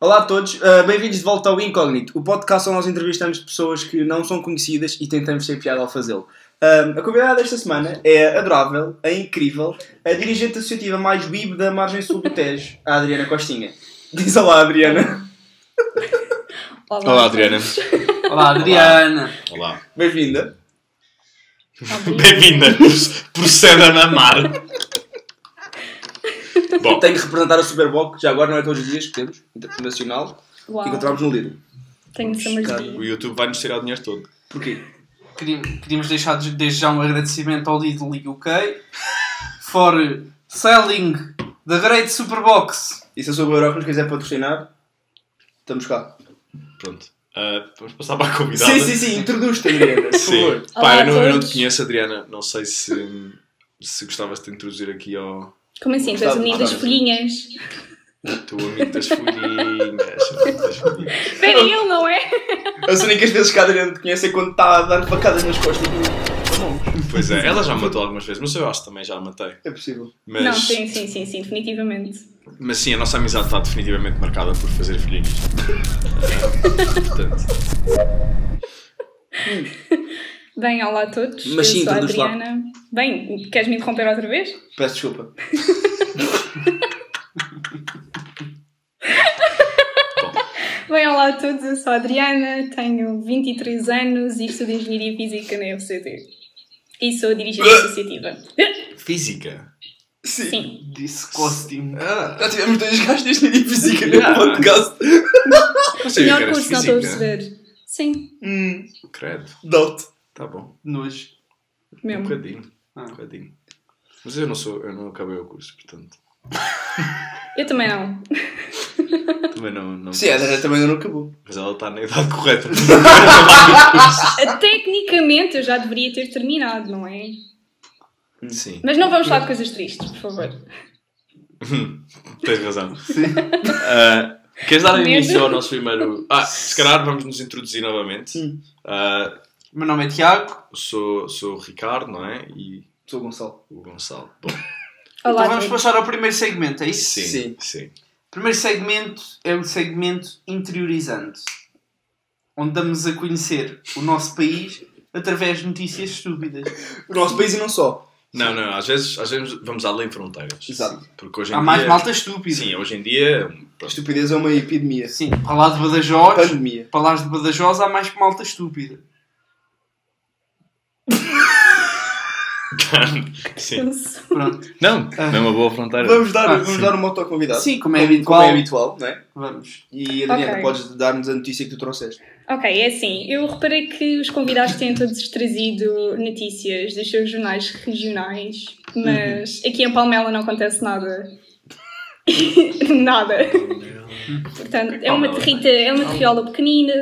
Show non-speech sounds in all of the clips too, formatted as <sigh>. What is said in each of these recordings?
Olá a todos, uh, bem-vindos de volta ao Incógnito, o podcast onde nós entrevistamos pessoas que não são conhecidas e tentamos ter piada ao fazê-lo. Um, a convidada desta semana é a adorável, a incrível, a dirigente associativa mais bib da margem sul do Tejo, a Adriana Costinha. Diz olá, Adriana. Olá, Adriana. Olá, Adriana. Olá. Bem-vinda. tá Bem-vinda. Proceda a mamar. Bom, Tenho que representar a Superboc, já agora não é todos os dias que temos, internacional, Uau, que encontramos no Lidl. tenho essa magia. o YouTube vai nos tirar o dinheiro todo. Porquê? Queríamos, queríamos deixar de- desde já um agradecimento ao Lidl e UK for selling the great superbox. E se a Superboc nos quiser é patrocinar, estamos cá. Pronto. Ah, vamos passar para a convidada. Sim, sim, sim, introduz-te, Adriana, por favor. Sim. Pá, eu não, Olá a eu não te todos. conheço, Adriana. Não sei se, se gostavas de te introduzir aqui ao Como assim? Tu és Gostava, o menino das gostava. folhinhas? teu amigo das folhinhas. amigo das folhinhas. Era ele, não é? As únicas vezes que a Adriana te conhece é quando está a dar facadas nas costas do do nome. Pois é, ela já me matou algumas vezes, mas eu acho que também já a matei. É possível. Mas, Não, sim, sim, sim, sim, definitivamente. mas sim, a nossa amizade está definitivamente marcada por fazer <laughs> filhinhos. Ah, Portanto, Bem, olá a todos. Mas sim, eu sou a introduz lá. Adriana. Bem, queres me interromper outra vez? Peço desculpa. Bem, olá a todos. Eu sou a Adriana, tenho 23 anos e estudo Engenharia Física na UCD. E sou dirigente associativa. física. Sim. Disgusting. Ah, Já tivemos dois gajos de engenharia física no Yeah. podcast. não sabia que Melhor eras curso, não estou a física. perceber. Sim, Hum, Credo. dou-te. Tá bom. Nojo. Um mesmo. bocadinho. Ah. Um bocadinho. Mas eu não sou, eu não acabei o curso, portanto. Eu também não. Também não. não Sim, a Adriana também ainda não acabou. Mas ela está na idade <laughs> correta. para acabar Ah, Tecnicamente eu já deveria ter terminado, não é? o curso. Sim. Mas não vamos falar de coisas tristes, por favor. Tens razão. Ah, queres dar Medo. início ao nosso primeiro. Ah, se calhar vamos nos introduzir novamente. Sim. Ah, Meu nome é Tiago. sou, sou o Ricardo, não é? E Sou o Gonçalo. o Gonçalo. Bom, Olá, então vamos a todos. passar ao primeiro segmento, é isso? sim, Sim. sim. primeiro segmento é o segmento interiorizante, onde damos a conhecer o nosso país através de notícias estúpidas. O nosso país e não só. Não, não, às vezes, às vezes vamos além fronteiras. Exato. Porque hoje em Há dia. mais malta estúpida. Sim, hoje em dia. A pronto, estupidez é uma epidemia. Sim, para lá de Badajoz, Pandemia. para lá de Badajoz há mais malta estúpida. sim. Pronto, Não, não é uma boa fronteira. Vamos dar, Ah, vamos sim. dar uma autoconvidada. Sim, como é como, habitual. Como é habitual, não é? vamos. E Adriana, Ok. podes dar-nos a notícia que tu trouxeste. <laughs> Ok, é assim. Eu reparei que os convidados têm todos trazido notícias dos seus jornais regionais, mas Uhum. aqui em Palmela não acontece nada. <laughs> nada. Portanto, é uma Palmela, territa, é uma terriola pequenina,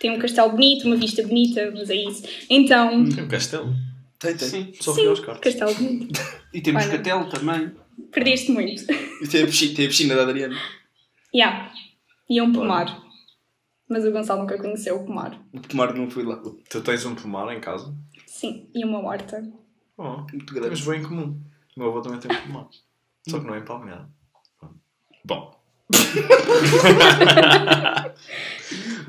tem um castelo bonito, uma vista bonita, mas é isso. Então, Tem um castelo. Tem, tem. Sim. Só Sim. fui aos cartos. castelo bonito. E temos Olha. Catelo também. Perdeste muito. E Tem a piscina, tem a piscina da Adriana. Yeah. Iam pomar. Mas o Gonçalo nunca conheceu o pomar. O Tomar não fui lá. Tu tens um pomar em casa? Sim, e uma horta. Oh, Muito temos grande. bem em comum. O meu avô também tem um <laughs> pomar. Só que não é em Palmeira. Bom, Vá,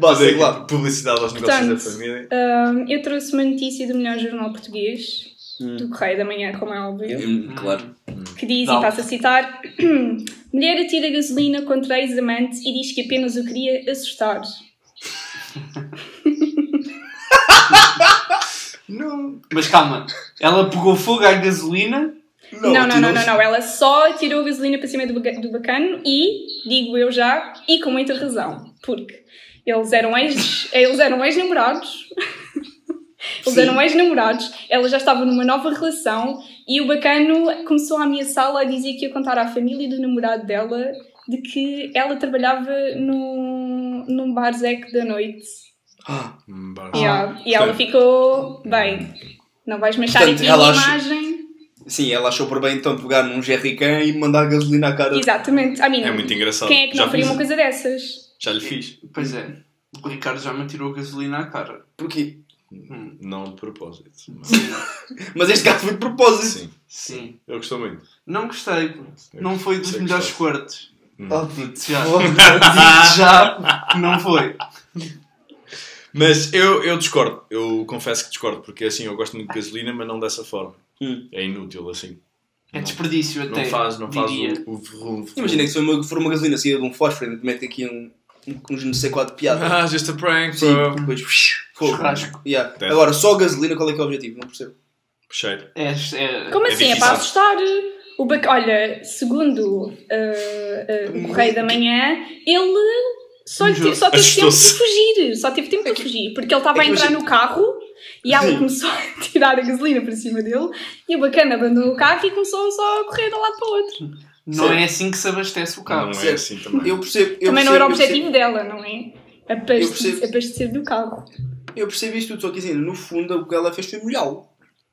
fazer segue lá. publicidade aos negócios Portanto, da família. Hum, eu trouxe uma notícia do melhor jornal português, Hum. do Correio da Manhã, como é óbvio, Hum, Claro. que diz, Dá-me. e passo a citar: <clears throat> Mulher atira gasolina contra ex-amante e diz que apenas o queria assustar. Não. Mas calma, ela pegou fogo à gasolina. Não, não, não, não, não, ela só tirou a gasolina para cima do, baga- do bacano e, digo eu já, e com muita razão, porque eles eram ex- eles eram ex-namorados. <laughs> Eles eram ex-namorados, ela já estava numa nova relação e o bacano começou a ameaçá-la a dizer que ia contar à família do namorado dela de que ela trabalhava num, num barzeque da noite. Ah, Hum, bah. Yeah, e ela Portanto, ficou, bem, não vais manchar Portanto, aqui a ela minha ach- imagem. Sim, ela achou por bem então pegar num jerrycan e mandar gasolina à cara. Exatamente. A mim, É muito engraçado. quem é que já, não faria fiz- uma coisa dessas? já lhe fiz. Pois é, o Ricardo já me tirou gasolina à cara. Porquê? Hum, Não de propósito. mas- Mas este gato foi de propósito. Sim, Sim. eu gostou muito. Não gostei, pô. não foi dos Sei que melhores gostaste. <laughs> quartos. Oh, digo-te já. <laughs> digo já que não foi. Mas eu, eu discordo, eu confesso que discordo, porque assim eu gosto muito de gasolina, mas não dessa forma. Hum. É inútil assim. É desperdício até. Não faz, não faz diria. o, o vrum, vrum. Imagina que se for uma, for uma gasolina saída de um fósforo, mete aqui um, um, uns não sei qual de piada. Ah, just a prank, Sim, bro. depois fogo. Churrasco. Yeah. Deve. Agora, só gasolina, qual é que é o objetivo? Não percebo. Cheiro. É, é, Como assim? É difícil. para assustar. O bac... Olha, segundo eh, eh, Hum. o Correio da Manhã, ele só, lhe teve- só teve tempo de Assustou-se. fugir. Só teve tempo de fugir. Porque ele estava Uhum. é a que entrar imagina- no carro e ela Sim. começou a <laughs> tirar a gasolina por cima dele e o bacana abandonou o carro e começou só a correr de um lado para o outro. não é assim que se abastece o carro. Não é certo. assim também. Eu percebo. Eu Também percebo, não era o eu percebo- objetivo dela, não é? percebo. Abastecer abastecer do carro. Eu percebo isto tudo, só que assim, no fundo, o que ela fez foi molhá-lo.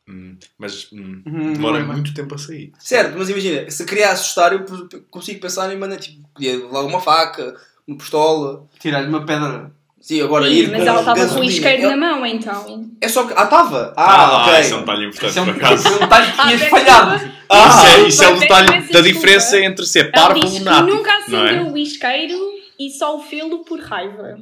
Hum, mas hum, Hum, demora não é, muito tempo a sair. Certo, mas imagina, se queria assustar, eu p- p- consigo pensar em mandar, tipo, podia levar uma faca, uma pistola. Tirar-lhe uma pedra. Sim, agora Sim, ir mas ela estava com o gasolina. isqueiro é, na mão, então. é só que. Ah, estava! Ah, ok. isso é um detalhe importante, Isso é um por acaso. isso é um detalhe que tinhas Ah, falhado. isso é, isso é o Mas- mas detalhe da desculpa. diferença entre ser Ela parvo um ou diz que lunático. nunca não é? acendeu o isqueiro e só o fê-lo por raiva.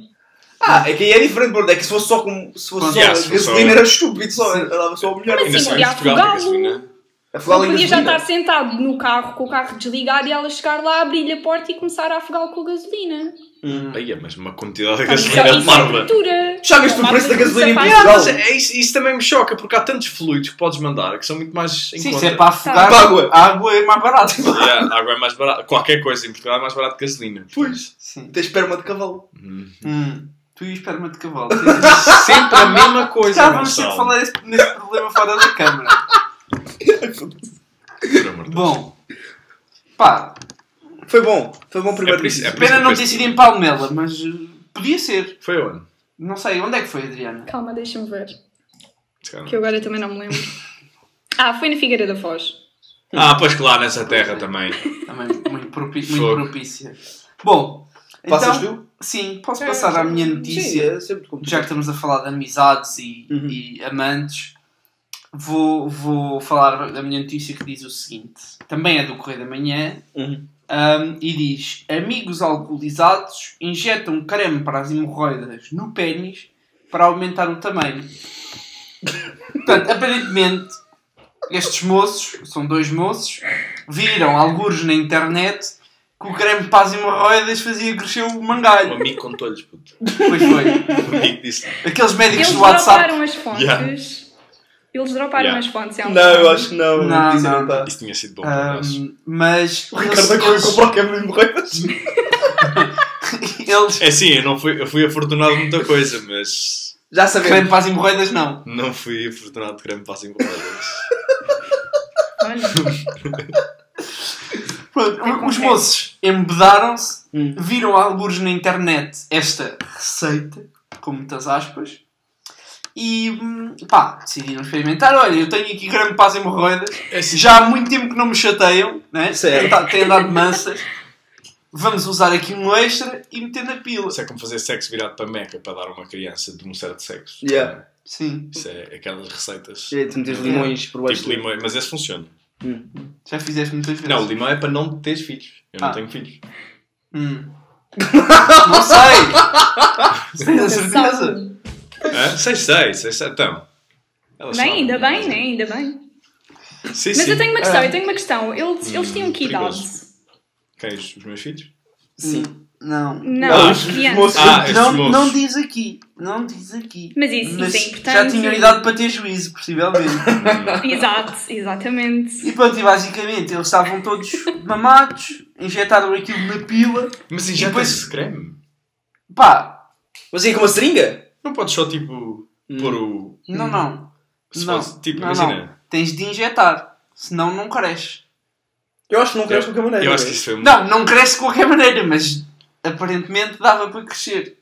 Ah, é que aí é diferente, bro. É que se fosse só com. Se fosse só Yeah, é, se fosse gasolina só- era estúpido, só. Ela dava só o melhor. Mas Ainda sim, só em podia Portugal, afogá-lo. é assim, né? porque a gasolina- A falar Ele em podia já gasolina. estar sentado no carro com o carro desligado e ela chegar lá, abrir-lhe a porta e começar a afogá-lo com a gasolina. Hum. Ai, é, mas uma quantidade de Isso gasolina é de parva. tortura. Já viste o preço da gasolina em Sapato. Ah, Portugal? mas é- é isso, isso também me choca, porque há tantos fluidos que podes mandar que são muito mais em Sim, se conta. é para afogar, Para água. a água é mais barata. Yeah, a água é mais barata. Qualquer coisa em Portugal é mais barato que gasolina. Pois. Sim. Tens esperma de cavalo. Hum. Hum, tu e esperma de cavalo. Sempre a mesma coisa, é, Já vamos sempre Gonçalo. falar esse- nesse problema fora da câmara. Por amor de Deus. Bom, pá, Foi bom. Foi bom É primeiro. por isso, é por isso pena que não eu ter penso- sido em Palmela, mas eh, podia ser. Foi onde? Não sei, onde é que foi, Adriana? Calma, deixa-me ver. Se calhar Que eu agora também não <laughs> me lembro. Ah, foi na Figueira da Foz. não. Ah, pois claro, nessa terra <laughs> também. Também muito, propi- muito Fogo. propícia. Bom, Passas então, tu? sim, posso É, passar à minha Sim, notícia. é sempre como. Já que estamos a falar de amizades e, Uhum. e amantes, vou, vou falar da minha notícia que diz o seguinte. Também é do Correio da Manhã, Uhum. Um, e diz: Amigos alcoolizados injetam creme para as hemorroidas no pênis para aumentar o tamanho. Portanto, aparentemente, estes moços, são dois moços, viram algures na internet que o creme para as hemorroidas fazia crescer o Um mangalho. amigo contou-lhes, puto. Pois foi. Um amigo disse. Aqueles médicos Eles do WhatsApp. droparam as fontes. Yeah. Eles droparam Yeah. as fontes. é um- Não, eu acho que não. Não, a notícia não. tá. Isso tinha sido bom, por acaso. Um, mas O Ricardo acabou de eles, comprar o quebra de morreiras. eles, eles É sim, eu, não fui, eu fui afortunado de muita coisa, mas Já sabemos. creme para as hemorroidas não. não fui afortunado de creme para as engordadas. Olha, Pronto, Tem os contexto. moços embedaram-se, Hum. viram alguns na internet esta receita, com muitas aspas, e hum, pá, decidiram experimentar. Olha, eu tenho aqui grande paz hemorroidas, É já há muito tempo que não me chateiam, né? Certo. Têm ta- têm andado mansas. Vamos usar aqui um extra e meter na pila. Isso é como fazer sexo virado para meca para dar a uma criança de um certo sexo. Yeah. Sim, Isso é aquelas receitas. Gente, metes limões por baixo. Tipo limão, mas esse funciona. já fizeste muitas vezes. Não, o limão é para não teres filhos. Eu Ah. não tenho filhos. Hum. não sei! Tenho a certeza. sabe. Hã? Sei, sei, sei, sei. Então. elas Bem, sabem. ainda bem, né? Ainda bem. Sim, Mas sim. eu tenho uma questão, eu tenho uma questão. Eles, Hum, eles tinham que idade? perigoso. Quem? Os os meus filhos? Sim. Hum, Não. Não, Não, as crianças. moços- Ah, estes não, moços. não diz aqui. Não diz aqui. Mas isso, Mas isso é importante. já tinha idade para ter juízo, possivelmente. Hum. Exato, exatamente. e pronto, e basicamente eles estavam todos mamados, injetaram aquilo na pila. Mas E injeta depois- depois... creme? Pá, Mas aí com uma seringa? Não podes só, tipo, pôr o... não, não. Se não, fosse, tipo, não, imagina. não. Tens de injetar, senão não cresce. Eu acho que não queres de qualquer maneira. Eu acho que isso foi um... Não, não cresce de qualquer maneira, mas aparentemente dava para crescer.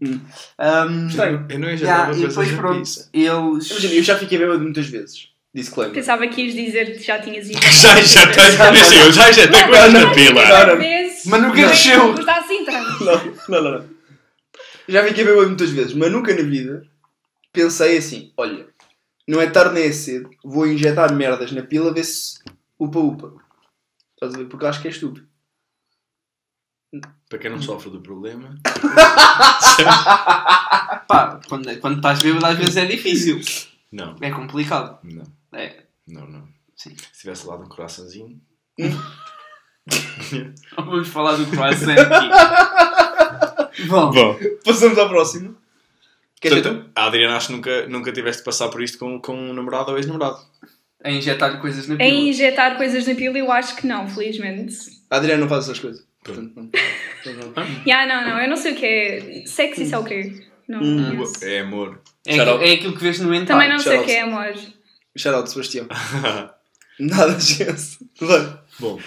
Hum. Ahm, Estranho. Eu não já, injetava e coisas depois na pronto, pizza. Imagina, eles. eu já fiquei bêbado muitas vezes. Disclaimer. Pensava que ias dizer que já tinhas <laughs> idade. <laughs> Já injetei... Nem sei, eu já injetei Não, coisas não, na pila. Não, não. Vezes, Mas nunca cresceu. Está assim, tranquilo. Não, não, não, não. Já fiquei bêbado muitas vezes, mas nunca na vida pensei assim: olha, não é tarde nem é cedo, vou injetar merdas na pila, ver se upa-upa. Estás a ver? Porque eu acho que é estúpido. Para quem não sofre do problema. Pá, quando, quando estás bêbado às vezes é difícil. Não, É complicado. não, É. não, não. Sim. Se tivesse lá um coraçãozinho. Não Vamos falar do croissant aqui. Bom, Tá Bom, Passamos ao próximo. Quer dizer, portanto, a Adriana acho que nunca, nunca tiveste de passar por isto com, com um namorado ou ex-namorado. a injetar coisas na A pílula. É injetar coisas na pílula eu acho que não, felizmente. a Adriana não faz essas coisas. então? Pronto. Portanto, não. Yeah, não, não, eu não sei o que é. Sexy isso é o quê? Não, Hum. não sei. É amor. É, aquilo- é aquilo que vês no entalho. Também não sei o Charles. que é amor. Shout out, <laughs> Sebastião. Nada, gente. Vai. Bom,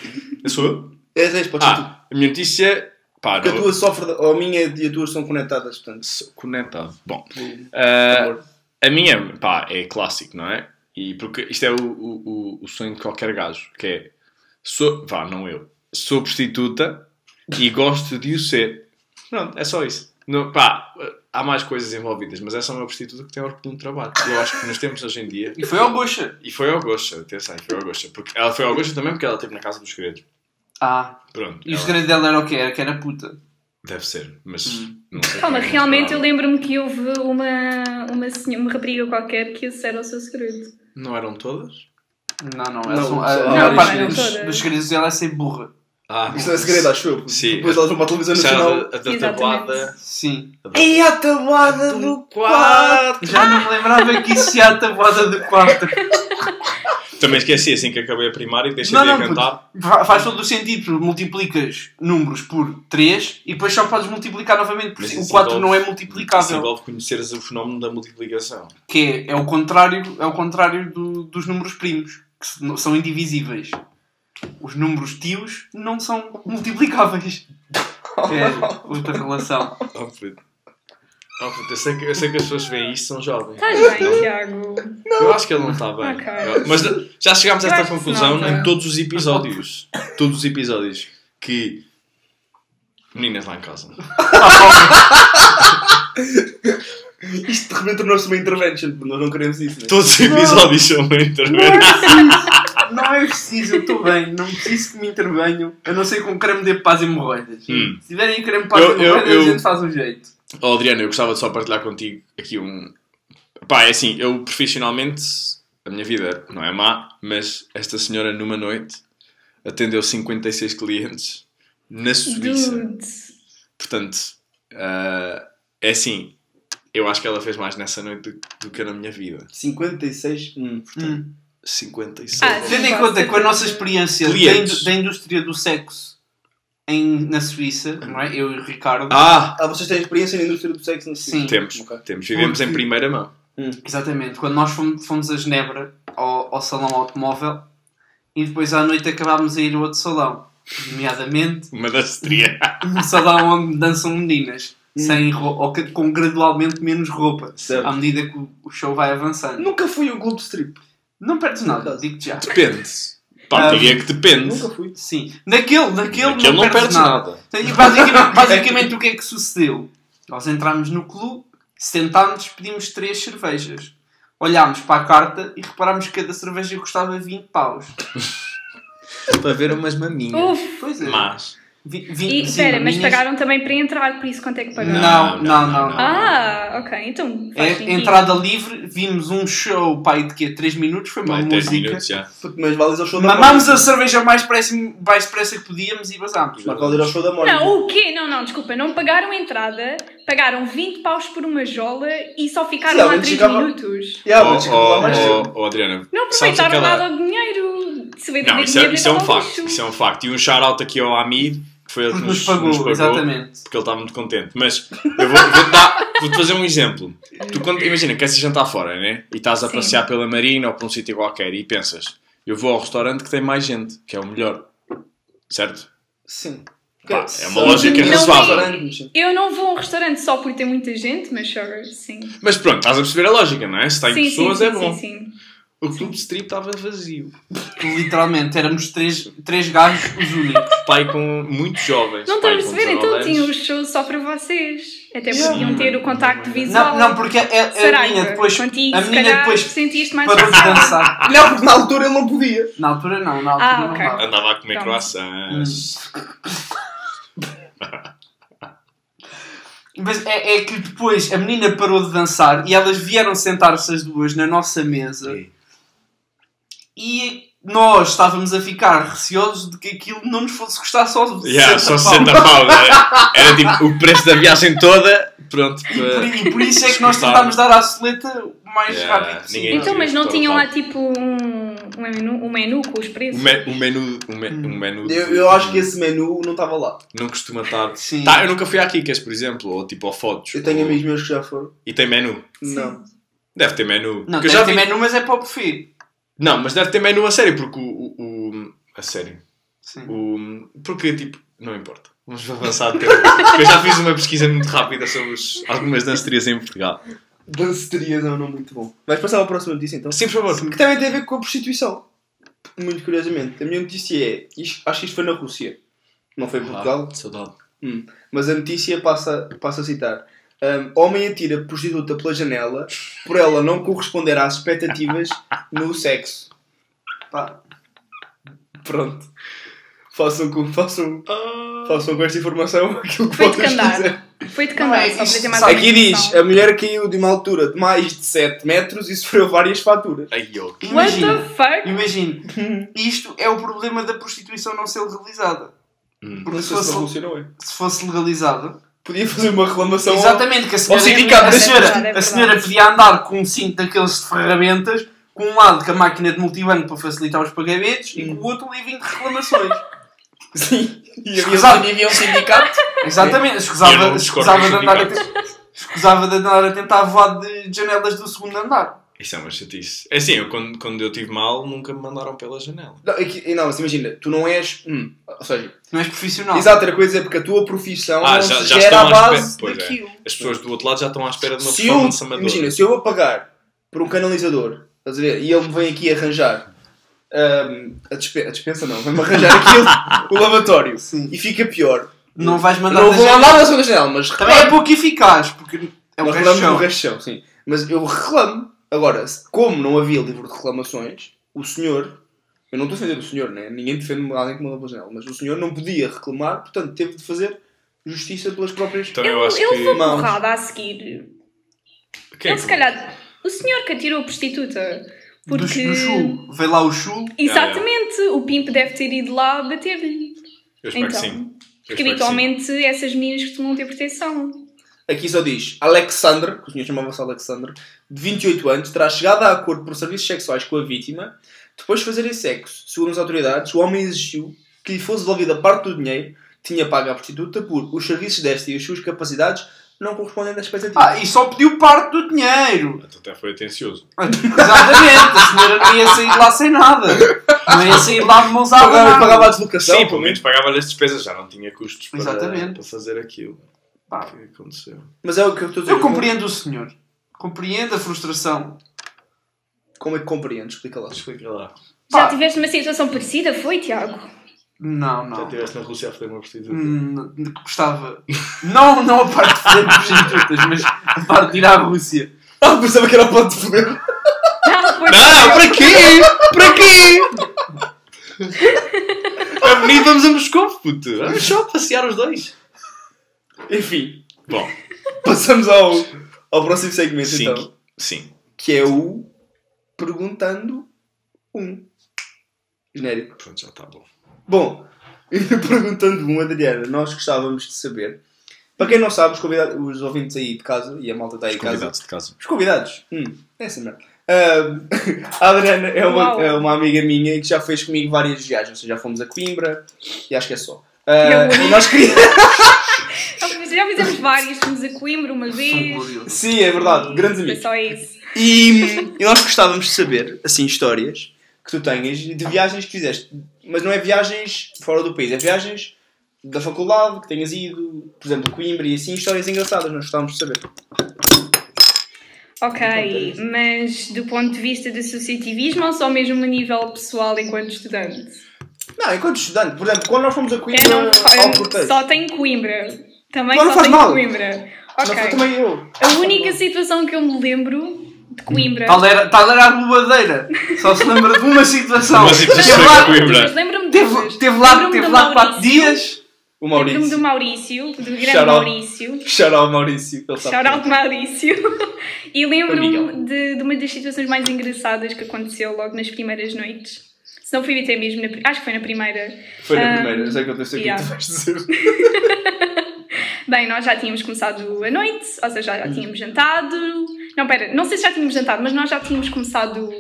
eu sou eu? É reis, pode ser tu. Ah, a minha notícia. Pá, Porque a não. tua sofre, de- ou a minha e a tua são conectadas, portanto. Conectado. Bom, Por ah, favor. A minha, pá, é clássico, não é? E porque isto é o, o, o- o sonho de qualquer gajo, que é, sou, vá, não eu, sou prostituta e gosto de o ser. Pronto, é só isso. Não, pá, há mais coisas envolvidas, mas essa é uma prostituta que tem orgulho no trabalho. Eu acho que nos tempos de hoje em dia... E foi ao bucha. E foi ao Gosta, atenção, e foi ao Gosta. Porque ela foi ao Gosta também porque ela esteve na Casa dos Segredos. Ah, Pronto, e o ela- segredo dela era o quê? Era que era puta. deve ser, mas Hum. não sei Calma, como é que realmente eu ela- lembro-me que houve uma, uma, senho- uma rapariga qualquer que esse era o seu segredo. Não eram todas? Não, não, Não, ela são, a, só- a Não, maior não, parte não, dos, todas. dos segredos dela é ser burra. Ah, Isso não é segredo, acho eu. Sim. Depois elas vão para a televisão nacional. a da Exatamente. né? É tabuada... Sim. Ei, a tabuada do quarto! Já não me lembrava que isso ia à tabuada do quarto. Também esqueci assim que acabei a primária e deixei Não, de não, ir cantar. Fa- Faz todo o sentido, porque multiplicas números por 3 e depois só podes multiplicar novamente, Mas porque o isso 4 envolve- não é Isso multiplicável. envolve conheceres o fenómeno da multiplicação. Que é, é o contrário, é o contrário do- dos números primos, que se- não- são indivisíveis. Os números tios não são multiplicáveis. É outra <laughs> relação. Oh, puto. Oh, puto, eu, sei que, eu sei que as pessoas que veem isso são jovens. Estás Tá Então, bem, Tiago? Eu acho que ele não está bem. Ok. Eu- Mas já chegámos a Eu esta acho que conclusão não, tá. em todos os episódios. Todos os episódios. Que. Meninas lá em <laughs> casa. Isto de repente tornou-se uma intervention, porque nós não queremos isso, né? Todos os episódios são uma intervenção. preciso, não é preciso, eu estou bem, não preciso que me intervenham. Eu não sei com creme de paz hemorroidas. Hum. Se tiverem creme de paz Eu- eu- hemorroidas, eu- a gente faz um jeito. Oh, Adriano, eu gostava de só partilhar contigo aqui um. Pá, é assim, eu profissionalmente. A minha vida não é má, mas esta senhora numa noite atendeu 56 clientes na Suíça. Dude. Portanto, ah, é assim, eu acho que ela fez mais nessa noite do, do que na minha vida. 56. Hum, portanto. Hum. 56. Ah, sim. Tendo em conta que com a nossa experiência da, Clientes. indu- da indústria do sexo em, na Suíça, não é? Eu e o Ricardo. Ah, Ah, vocês têm experiência na indústria do sexo? Não sei. Sim. temos, Ok. temos. Vivemos em primeira mão. Exatamente. Quando nós fomos, fomos a Genebra ao, ao salão automóvel e depois à noite acabámos a ir a outro salão. Nomeadamente Uma das tria. <laughs> um salão onde dançam meninas. Sem roupa, ou que- com gradualmente menos roupa. Certo. À medida que o- o show vai avançando. Nunca fui a um clube de strip. Não perdes nada, digo-te já. Depende. Pá, Ah, diria que depende. Nunca fui. Sim. Naquele, naquele, Aquele não, perdes nada. Então, E <laughs> basicamente, basicamente o que é que sucedeu? Nós entramos no clube, sentámos, pedimos três cervejas. Olhámos para a carta e reparámos que cada cerveja custava 20 paus. Para ver umas maminhas. Uf. Pois é. Mas. Vi- E, vi- sim, espera, mas minhas- pagaram também para entrar, por isso quanto é que pagaram? Não, não, não. Ah, ok, então faz É, sentido. entrada livre, vimos um show, pai, de quê? 3 minutos, foi uma Vai, 10 música. minutos já. Puto, Mas vales ao show da Mamámos a Mónica. cerveja mais pressa, mais pressa que podíamos e vazámos. Mas vales ao show da Mónica. Não, o quê? Não, não, desculpa, não pagaram entrada, pagaram 20 paus por uma jola e só ficaram Sim, lá mas 3 chegava- minutos. Yeah, oh, mas tipo, chegou lá mais cedo. oh, oh, oh, Adriana. Não é sabes aproveitaram aquela- nada do dinheiro. Se vender Não, isso é, dinheiro, isso é um dava facto. luxo. Isso é um facto. E um shout-out aqui ao Amir, que foi ele que Porque nos, nos pagou, nos pagou. exatamente. porque ele está muito contente. Mas eu vou, vou dar, vou-te fazer um exemplo. Tu quando, imagina, queres ir jantar fora, né? E estás a Sim. passear pela marina ou por um sítio qualquer e pensas, eu vou ao restaurante que tem mais gente, que é o melhor. Certo? Sim. Pá, Que- é uma lógica Não razoável. é. Eu não vou a um restaurante só por ter muita gente, mas sure, sim. Mas pronto, estás a perceber a lógica, não é? Se está em sim, pessoas sim, é sim, bom. Sim, sim. O clube de strip estava vazio. Literalmente, éramos três, três gajos <laughs> os únicos. Pai com muito jovens. Não estão a pai com perceber? 19 Então anos. tinha o show só para vocês. Até Yeah. podiam ter o contacto visual. Não, não porque a, a, a Saraiva, menina depois, contigo, a se menina calhar, depois sentiste mais <laughs> parou de dançar. Não, porque na altura ele não podia. Na altura não, na altura Ah, não ok. dava. Andava a comer Pronto. croissants. Mas é, é que depois a menina parou de dançar e elas vieram sentar-se as duas na nossa mesa e nós estávamos a ficar receosos de que aquilo não nos fosse custar só Yeah, 60 só 60 pau. pau. Era, era tipo o preço da viagem toda. Pronto, Por- para. E por isso é <laughs> que nós tentámos dar à soleta o mais Yeah, rápido possível. ninguém- Então, mas não Estou tinham a lá falar. tipo um, um, menu, um menu com os O, preços? me- o menu. O, me- o menu Hum. Eu, eu acho que esse menu não estava lá. Não costuma estar. Sim. Tá, eu nunca fui à Kikas, por exemplo, ou tipo ao Fotos. Eu tenho ou- amigos meus que já foram. E tem menu. Não. Deve ter menu. Não, Porque eu tem já vi- menu, mas é para o buffet. Não, mas deve ter menu a sério, porque o. o- o- A sério. Sim. O... Porque, tipo, não importa. Vamos avançar de <laughs> tema. Porque eu já fiz uma pesquisa muito rápida sobre os- algumas danceterias em Portugal. Danceterias é um nome muito bom. Vais passar à próxima notícia então? Sim, por favor. Que também tem a ver com a prostituição. Muito curiosamente. A minha notícia é. isto- acho que isto foi na Rússia. Não foi em Portugal. Ah, saudade. Mas a notícia passa, passa a citar. Um, homem atira prostituta pela janela por ela não corresponder às expectativas no sexo. Pá. Pronto. Façam com, façam, Ah. façam com esta informação <laughs> aquilo que Foi de vocês candar. quiserem. Foi de candar, Não, é só para isto- ter mais então. Aqui uma diz, noção. a mulher caiu de uma altura de mais de 7 metros e sofreu várias faturas. Ai, eu. What Imagina, the fuck? imagina, <laughs> isto é o problema da prostituição não ser legalizada. Hum. Porque Não se sei se fosse, um funcionou, é? se fosse legalizada, Podia fazer uma reclamação. ao- Exatamente, que a senhora, sindicato a das- senhora- É verdade, é a senhora podia andar com um cinto daqueles de ferramentas, com um lado com a máquina de multibanco para facilitar os pagamentos e com o outro um livrinho de reclamações. <laughs> Sim. E havia, Escusado. e havia um sindicato. Exatamente, E era escusava, um escusava, de discórdia andar a te- escusava de andar a tentar voar de janelas do segundo andar. Isso é uma chatice. É assim, eu, quando, quando eu estive mal, nunca me mandaram pela janela. Não, aqui- não, mas imagina, tu não és. hum, ou seja, Não és profissional. Exato, outra coisa é porque a tua profissão Ah, não já- se gera já estão à à base espera- pois é. daquilo. As pessoas do outro lado já estão à espera de uma se eu, performance amadora. imagina, se eu vou pagar por um canalizador, estás a ver, e ele me vem aqui arranjar hum, a, dispe- a dispensa, não, vem-me arranjar aqui <laughs> o, o lavatório Sim. e fica pior. Não vais mandar não da vou janela. andar na segunda janela, mas Também é reclamo. pouco eficaz, porque é o Mas reclamo do resto rachão, sim. Mas eu reclamo. Agora, se- como não havia livro de reclamações, o senhor. Eu não estou a defender o senhor, né? ninguém defende alguém que manda pela janela, mas o senhor não podia reclamar, portanto teve de fazer justiça pelas próprias. Então eu, Ele, acho ele foi que. Mãos. porrada a seguir. Quem é ele, que- se calhar, o senhor que atirou a prostituta. do, Porque. do chulo. Vem lá o chulo. Exatamente, o Pimp deve ter ido lá bater-lhe. Eu espero que sim. Então, Eu porque espero que sim. habitualmente essas meninas costumam ter proteção. Aqui só diz Alexandre, que o senhor chamava-se Alexandre, de 28 anos, terá chegado a acordo por serviços sexuais com a vítima. Depois de fazerem sexo, segundo as autoridades, o homem exigiu que lhe fosse devolvida parte do dinheiro que tinha pago à prostituta por os serviços desta e as suas capacidades não correspondem às expectativas. Ah, e só pediu parte do dinheiro. Então Até foi atencioso. Exatamente, a senhora não ia sair de lá sem nada. Não ia sair de lá de mãos à pagava, pagava a banana. deslocação. sim, pelo menos pagava-lhe as despesas, já não tinha custos para, Exatamente. para fazer aquilo. O Pá, que aconteceu? Mas é o que eu estou a dizer. Eu compreendo o senhor. Compreendo a frustração. Como é que compreendo? Explica lá. Explica lá. Já Pá. tiveste uma situação parecida, foi, Tiago? <laughs> Não, Já não. estiveste na Rússia a fazer uma prostituta. Hum, Gostava. <laughs> Não, não a parte de fazer prostitutas, mas a parte de ir à Rússia. Ah, pensava que era o ponto de <laughs> foder. Não, foi Não, para quê? Para quê? É bonito, vamos a Moscou, puto. Vamos só passear os dois. Enfim, Bom, passamos ao, ao próximo segmento sim, então. sim. Que é o Perguntando um. Genérico. Pronto, já está bom. Bom, <laughs> perguntando um, Adriana, nós gostávamos de saber. Para quem não sabe, os, convidados, os ouvintes aí de casa e a malta está aí de casa. Convidados de casa. Os convidados. Hum, essa merda. Ahm, <laughs> a Adriana é Uau. uma, é uma amiga minha que já fez comigo várias viagens. Ou seja, já fomos a Coimbra e acho que é só. Ah, Não. e nós queríamos... <laughs> Já fizemos várias, fomos a Coimbra uma São vez. gloriosos. Sim, é verdade. Grandes Foi amigos. só isso. E, e nós gostávamos de saber, assim, histórias que tu tenhas de viagens que fizeste. Mas não é viagens fora do país, é viagens da faculdade que tenhas ido, por exemplo, Coimbra e assim, histórias engraçadas, nós gostávamos de saber. Ok, mas do ponto de vista do associativismo ou só mesmo a nível pessoal enquanto estudante? Não, enquanto estudante, por exemplo, quando nós fomos a Coimbra Eu não ao eu Cortejo, só tenho Coimbra. Também Não, não só faz tenho mal. Coimbra. não foi Ok. também eu. A única situação que eu me lembro de Coimbra. Tal era, tal era a bobadeira. Só se lembra de uma situação. Uma situação Teve lá- em Coimbra. Mas lembro-me de Teve, todas. teve lá, Lembro-me da teve lá quatro Maurício. dias. O Lembro-me do Maurício. Maurício, do grande Shout out. Maurício. Shout out Maurício. que ele sabe Shout tudo. out Maurício. E Miguel. lembro-me de, de uma das situações mais engraçadas que aconteceu logo nas primeiras noites. Se não foi até mesmo, na pri- acho que foi na primeira. Foi na Ah, primeira, já que eu pensei o que é que tu yeah. vais dizer. Bem, nós já tínhamos começado a noite, ou seja, já, já Uhum. tínhamos jantado. Não, pera, não sei se já tínhamos jantado, mas nós já tínhamos começado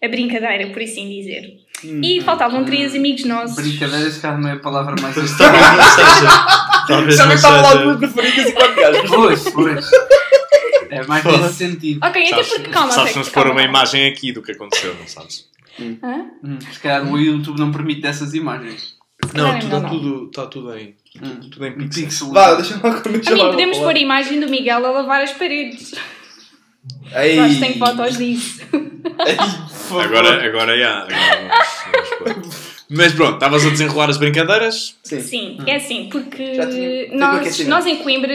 a brincadeira, por assim dizer. Hum. E faltavam três amigos nossos. Brincadeira, se calhar não é a palavra <laughs> mais Talvez acertada. não seja. Talvez Já não me estava tá lá seja. duas preferidas e quatro gajos. Pois, pois. É mais nesse sentido. Ok, até Sabes- Então, porque, calma, Sabes, até- vamos pôr calma, uma calma. imagem aqui do que aconteceu, não sabes? Hã? Hum, se calhar o YouTube não permite dessas imagens. Não, Não, não, não. tudo, está tudo em, Hum. tudo em Um pixel. pixel. Vá, deixa-me lá A mim, podemos pôr a imagem do Miguel a lavar as paredes. Ei, Nós temos fotos disso. Ei, por favor. Agora, agora, já. agora vamos- vamos pôr. é Mas pronto, estavas a desenrolar as brincadeiras. Sim. Hum. Sim, é assim, porque Já tinha- tinha nós, aquecido. nós em Coimbra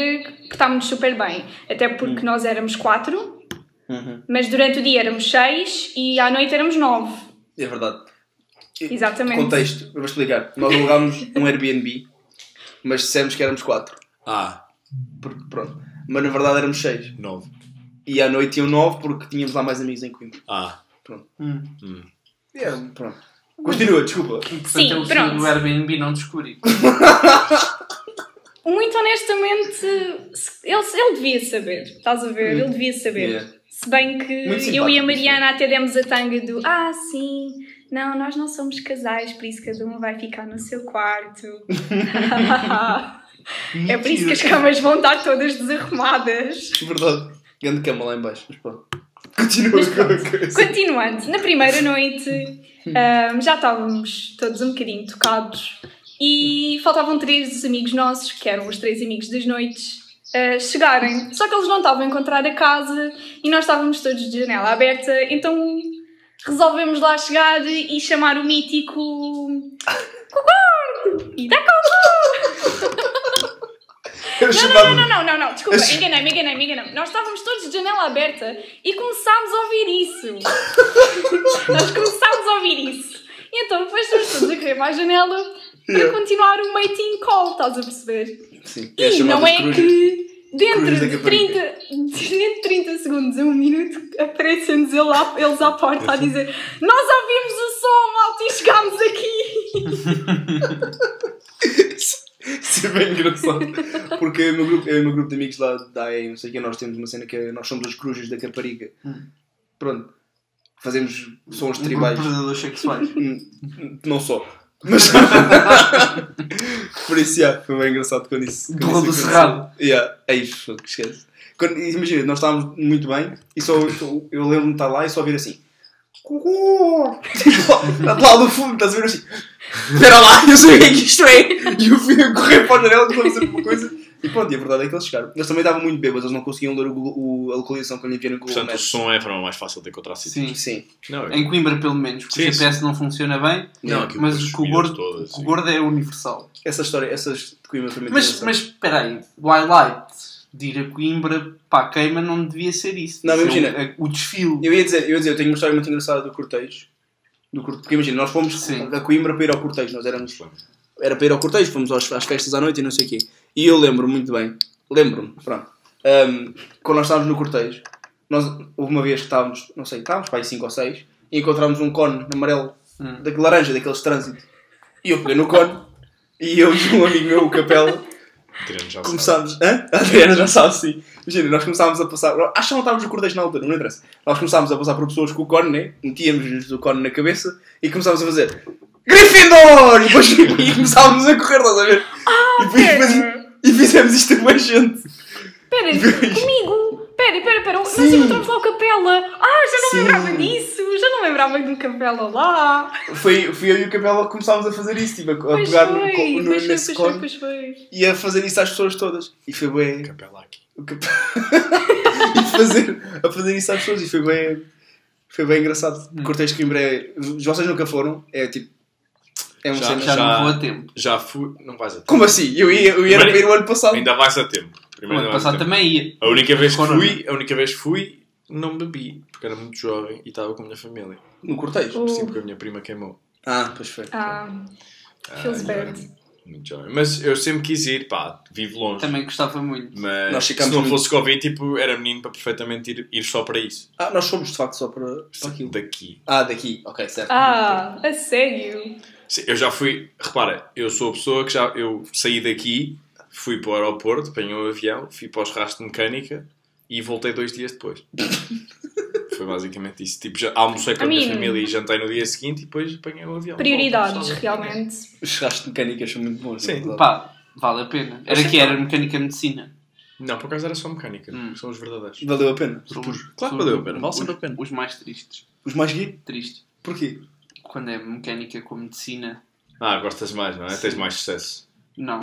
portámos super bem. Até porque Hum. nós éramos quatro, Uhum. mas durante o dia éramos seis e à noite éramos nove. É verdade. Exatamente. Contexto, eu vou explicar. Nós alugámos um Airbnb, mas dissemos que éramos quatro. Ah, Porque, pronto. Mas na verdade éramos seis. novo. E à noite iam nove porque tínhamos lá mais amigos em Coimbra. Ah, Hum. E era, pronto. Continua, desculpa. Portanto, é o pronto. filho do Airbnb não descobri. Muito honestamente, se- ele, ele devia saber, estás a ver? Ele devia saber. Hum. Yeah. Se bem que Muito eu e a simpático, Mariana até demos a tanga do Ah, sim, não, nós não somos casais, por isso cada um vai ficar no <laughs> seu quarto. <laughs> é por isso que as camas vão estar todas desarrumadas. É Verdade. Grande cama lá em baixo. Mas pronto. Continua Mas com a coisa. <laughs> Continuando, na primeira noite ahm, já estávamos todos um bocadinho tocados e faltavam três dos amigos nossos, que eram os três amigos das noites, ah, chegarem. Só que eles não estavam a encontrar a casa e nós estávamos todos de janela aberta, então resolvemos lá chegar e chamar o mítico Cocordo! E dá Eu Não, chamava- não, não, não, não, desculpa, um- Esse- enganei-me, enganei-me, enganei-me. Nós estávamos todos de janela aberta e começámos a ouvir isso. Nós começámos a ouvir isso. E então depois estamos todos a correr para a janela para Yeah. continuar o mating call, estás a perceber? Sim, é E chamado não é cruz. que dentro Cruz da de, Caparica. 30, dentro de 30 segundos a um minuto aparecem-nos ele lá- eles à porta a dizer Nós ouvimos o som, malta, e chegámos aqui. <laughs> Isso é bem engraçado. Porque eu e o meu grupo, eu e o meu grupo de amigos lá da AE, não sei o que, nós temos uma cena que é, nós somos os crujos da Caparica. Hum. Pronto. Fazemos sons Um tribais. grupo de predadores sexuais. Hum, Não só. Mas. <laughs> Por isso, yeah, foi bem engraçado quando isso. quando Borra isso do aconteceu. Cerrado. Yeah. É isso, que esquece. Quando- imagina, nós estávamos muito bem e só eu, eu lembro-me de estar lá e só ouvir assim. "Cocô". Tipo, lá- lá do fundo, estás a ver assim. Espera lá, eu sei o que é que isto é! E eu fui a correr para a janela de acontecer alguma coisa. E pronto, e a verdade é que eles chegaram. Eles também estavam muito bêbados, eles não conseguiam ler o, Google- o- a localização que eu lhe enviei no Google portanto o Maps. som é a forma mais fácil de encontrar sítio. Sim. Sim. Não, Em Coimbra, pelo menos. porque Sim, O GPS não funciona bem, não aquilo mas com as o que o comidas gordo, todas, o sim. gordo é universal. Essa história, essas de Coimbra foi muito Mas, engraçado. mas espera aí, o highlight de ir a Coimbra para a queima não devia ser isso. Não, Devia ser imagina. O, o desfile. Eu ia dizer, eu ia dizer, eu tenho uma história muito engraçada do cortejo. Do corte- Porque imagina, nós fomos Sim. da Coimbra para ir ao cortejo, nós éramos. Era para ir ao cortejo, fomos aos- às festas à noite e não sei o quê. E eu lembro muito bem, lembro-me, pronto. Ahm, quando nós estávamos no cortejo, nós, houve uma vez que estávamos, não sei, estávamos para aí 5 ou 6 e encontramos um cone amarelo, Hum. daquele laranja, daqueles de trânsito. E eu peguei no cone e eu e um amigo meu, o Capela, Tirando já o sábado. começámos. Hã? <laughs> A Adriana já sabe sim. Imagina, nós começámos a passar. Acho que não estávamos no cortejo na altura, não interessa. Nós começámos a passar por pessoas com o cone, né? Metíamos-lhes o cone na cabeça e começámos a fazer Gryffindor! E, depois, <laughs> e começávamos a correr, estás a ver? Ah, e, depois- pera. e fizemos isto com a gente. <laughs> Espera, comigo! Espera, espera, espera, nós encontramos lá o Capela! Ah, já não Sim. me lembrava disso! Já não me lembrava do Capela lá! Foi, fui eu e o Capela que começámos a fazer isso, tipo, a, a Pois pegar foi, no, co- no, pois nesse foi, pois foi, cone pois foi. e a fazer isso às pessoas todas. E foi bem. Capela aqui. O Cap- e fazer, <laughs> a fazer isso às pessoas e foi bem, foi bem engraçado. Hum. Cortei de Coimbra é, vocês nunca foram, é tipo. É um Já, cena. Já, Já- não vou a tempo. Já fui. Não vais a tempo. Como assim? Eu ia, eu ia Primeiro- para ir o ano passado. Ainda vais a tempo. O Primeiro ainda vais ano a passado tempo. também né? ia. A única vez que Corona. fui, a única vez que fui, não bebi, porque era muito jovem e estava com a minha família. No cortejo? Uh. Sim, porque a minha prima queimou. Ah, pois foi. é Ah, feels Ah, bad. Muito jovem. Mas eu sempre quis ir, pá, vivo longe. Também gostava muito. Mas Nós se ficamos não muito- fosse Covid, tipo, era menino para perfeitamente ir, ir só para isso. Ah, nós fomos de facto só para, para aquilo. Daqui. Ah, daqui, ok, certo. Ah, a Então, sério? Sim, eu já fui, repara, eu sou a pessoa que já eu saí daqui, fui para o aeroporto, apanhei um avião, fui para os rastros de mecânica e voltei dois dias depois. Foi basicamente isso. Tipo, já almocei com a I minha mean- família e jantei no dia seguinte e depois apanhei o avião. Prioridades, Voltei. realmente. Os churrascos de mecânicas são muito bons. Sim. Sim. Pá, vale a pena. Era que era mecânica medicina. Não, por acaso era só mecânica, Hum. são os verdadeiros. Valeu a pena. São- claro que são valeu a pena, vale um- os- sempre a pena. Os mais tristes. Os mais guia? Tristes. Porquê? Quando é mecânica com medicina, Ah, gostas mais, não é? Tens mais sucesso. não.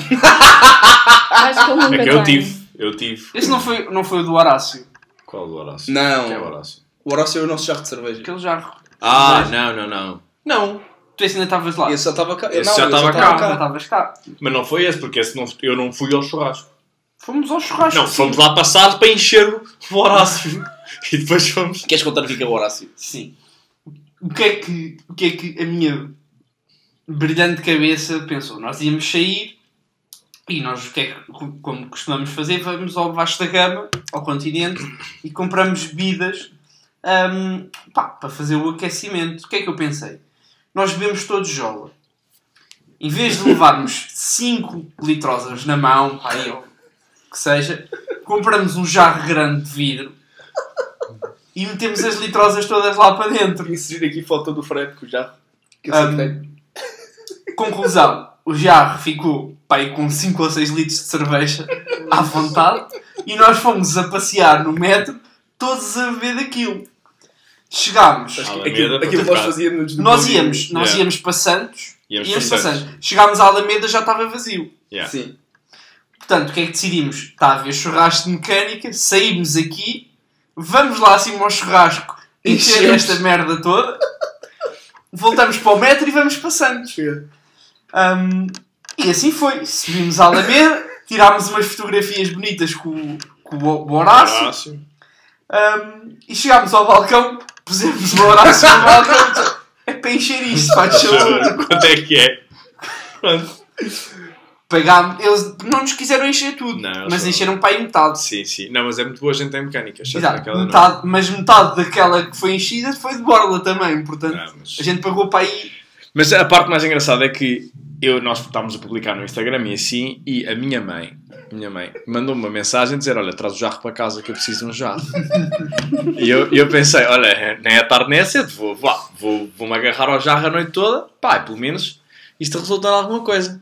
Acho que ele nunca <laughs> É que eu tem. tive, eu tive. Esse não foi, não foi o do Horácio. Qual do Horácio? Não. Quem é o Horácio? O Horácio é o nosso jarro de cerveja. Aquele jarro. Ah, não, não, não. Não. Tu esse ainda estavas lá. Esse já estava cá. Esse Não, já eu estava Ah, cá. já estavas cá. Mas não foi esse, porque esse não, eu não fui ao churrasco. Fomos ao churrasco. Não, fomos lá passar para encher o Horácio. <laughs> e depois fomos. Queres contar o que é o Horácio? Sim. O que é que, o que, é que a minha brilhante cabeça pensou? Nós íamos sair e nós, o que é que, como costumamos fazer, vamos ao baixo da gama, ao continente, e compramos bebidas hum, pá, para fazer o aquecimento. O que é que eu pensei? Nós bebemos todos jola. Em vez de levarmos 5 litrosas na mão, pá, aí, ou que seja, compramos um jarro grande de vidro e metemos as litrosas todas lá para dentro. Inserir aqui foto do Fred com o jarro. Que eu sei Ah, que tem. Conclusão: o jarro ficou pai, com 5 ou 6 litros de cerveja à vontade e nós fomos a passear no metro todos a beber daquilo. Chegámos, Acho que- Aquilo, Alameda, aquilo que para nós tocar. fazíamos. no- nós íamos, nós Yeah. íamos para Santos, Íamos íamos, para para Santos. Santos. Chegámos à Alameda já estava vazio. Yeah. Sim. Portanto, o que é que decidimos? Está a haver churrasco de mecânica, saímos aqui, vamos lá acima ao churrasco encher Enchemos. esta merda toda, voltamos para o metro e vamos para Santos. Um, e assim foi. Subimos à Alameda, tirámos umas fotografias bonitas com, o- com o o Horácio Horácio. um, e chegámos ao balcão, pusemos o Horácio no balcão. É para encher isto, faz favor. Quanto é que é? Pronto. Pagámos. Eles não nos quiseram encher tudo, Não, mas só- encheram para aí metade. Sim, sim. Não, mas é muito boa a gente em mecânica. exceto Exato, tá- naquela não. metade, mas metade daquela que foi enchida foi de borla também, portanto Não, é, mas- a gente pagou para aí. Mas a parte mais engraçada é que eu, nós estávamos a publicar no Instagram e assim, e a minha mãe, a minha mãe, mandou-me uma mensagem a dizer, olha, traz o jarro para casa que eu preciso de um jarro. e eu, e eu pensei, olha, nem é tarde nem é cedo, vou, vá, vou, vou-me agarrar ao jarro a noite toda, pá, e pelo menos isto resulta em alguma coisa.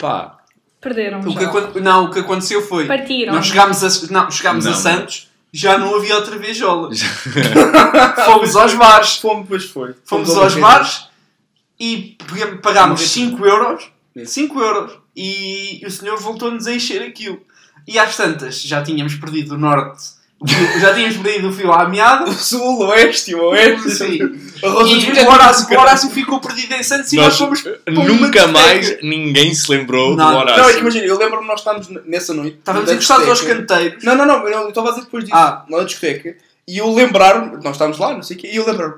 Pá, Perderam. O já. que aconte- não, o que aconteceu foi. Partiram. Nós chegámos a, não, chegámos Não. a Santos, já não havia outra vez jolas. <laughs> fomos aos bares, Fomos, pois foi. fomos ao aos Alfredo. bares e pegam- pagámos Uma vez. 5 euros. Sim. 5 euros. E o senhor voltou-nos a encher aquilo. E às tantas, já tínhamos perdido o norte, o fio- já tínhamos perdido o fio à <laughs> meada. assim. Sul, oeste, o oeste. Sim. A Rosa dos E Vilhas o Horácio, do o Horácio ficou perdido em Santos e nós nós fomos. nunca uma mais ninguém se lembrou Não, do Cara. Não, Horácio. imagina, eu lembro-me nós estávamos n- nessa noite. Estávamos na encostados aos discoteca. canteiros. Não, não, não, eu eu estava a dizer depois disso. Ah. Na discoteca. E eu lembrar-me, nós estávamos lá, não sei o quê, e eu lembrar-me,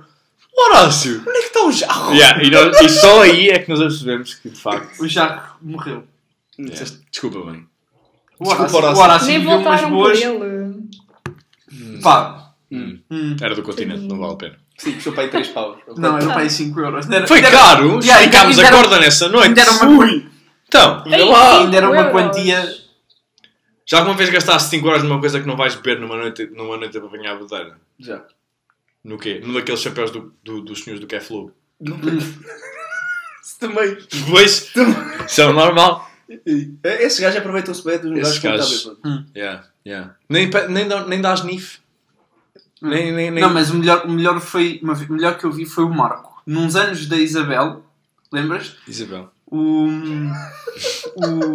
Horácio! onde é que está o jarro? Yeah, e, nós- e só aí é que nós percebemos que, de facto... é. O Jaco morreu. Não sei se- Desculpa, mãe. O Desculpa, Horácio, o Horácio. Horácio Nem viveu umas voltaram por boas. ele. Pá. Hum. Hum. Era do continente, não vale a pena. Sim, puxou para aí 3 paus. ok? Não, era para aí 5 euros. Ainda era- Foi ainda era- caro! é? Yeah, Ficámos ainda- a ainda- corda nessa noite! Ainda era uma, Ui! Então, Ei, lá, cinco ainda era uma euros. quantia. já alguma vez gastaste 5 horas numa coisa que não vais beber numa noite, numa noite para apanhar a bodeira? Já. No quê? Num daqueles chapéus do, do- dos senhores do Keflu. Isso também. Os <laughs> dois são é normal. é, Esse gajo aproveitou-se bem dos lugares Esse que não gajo. está bêbado. Yeah, yeah. Nem, pa- nem, dá- nem dás NIF. Nem, nem, nem... Não, mas o melhor, o melhor foi. uma vi- O melhor que eu vi foi o Marco. Nos anos da Isabel, lembras? Isabel. O. O,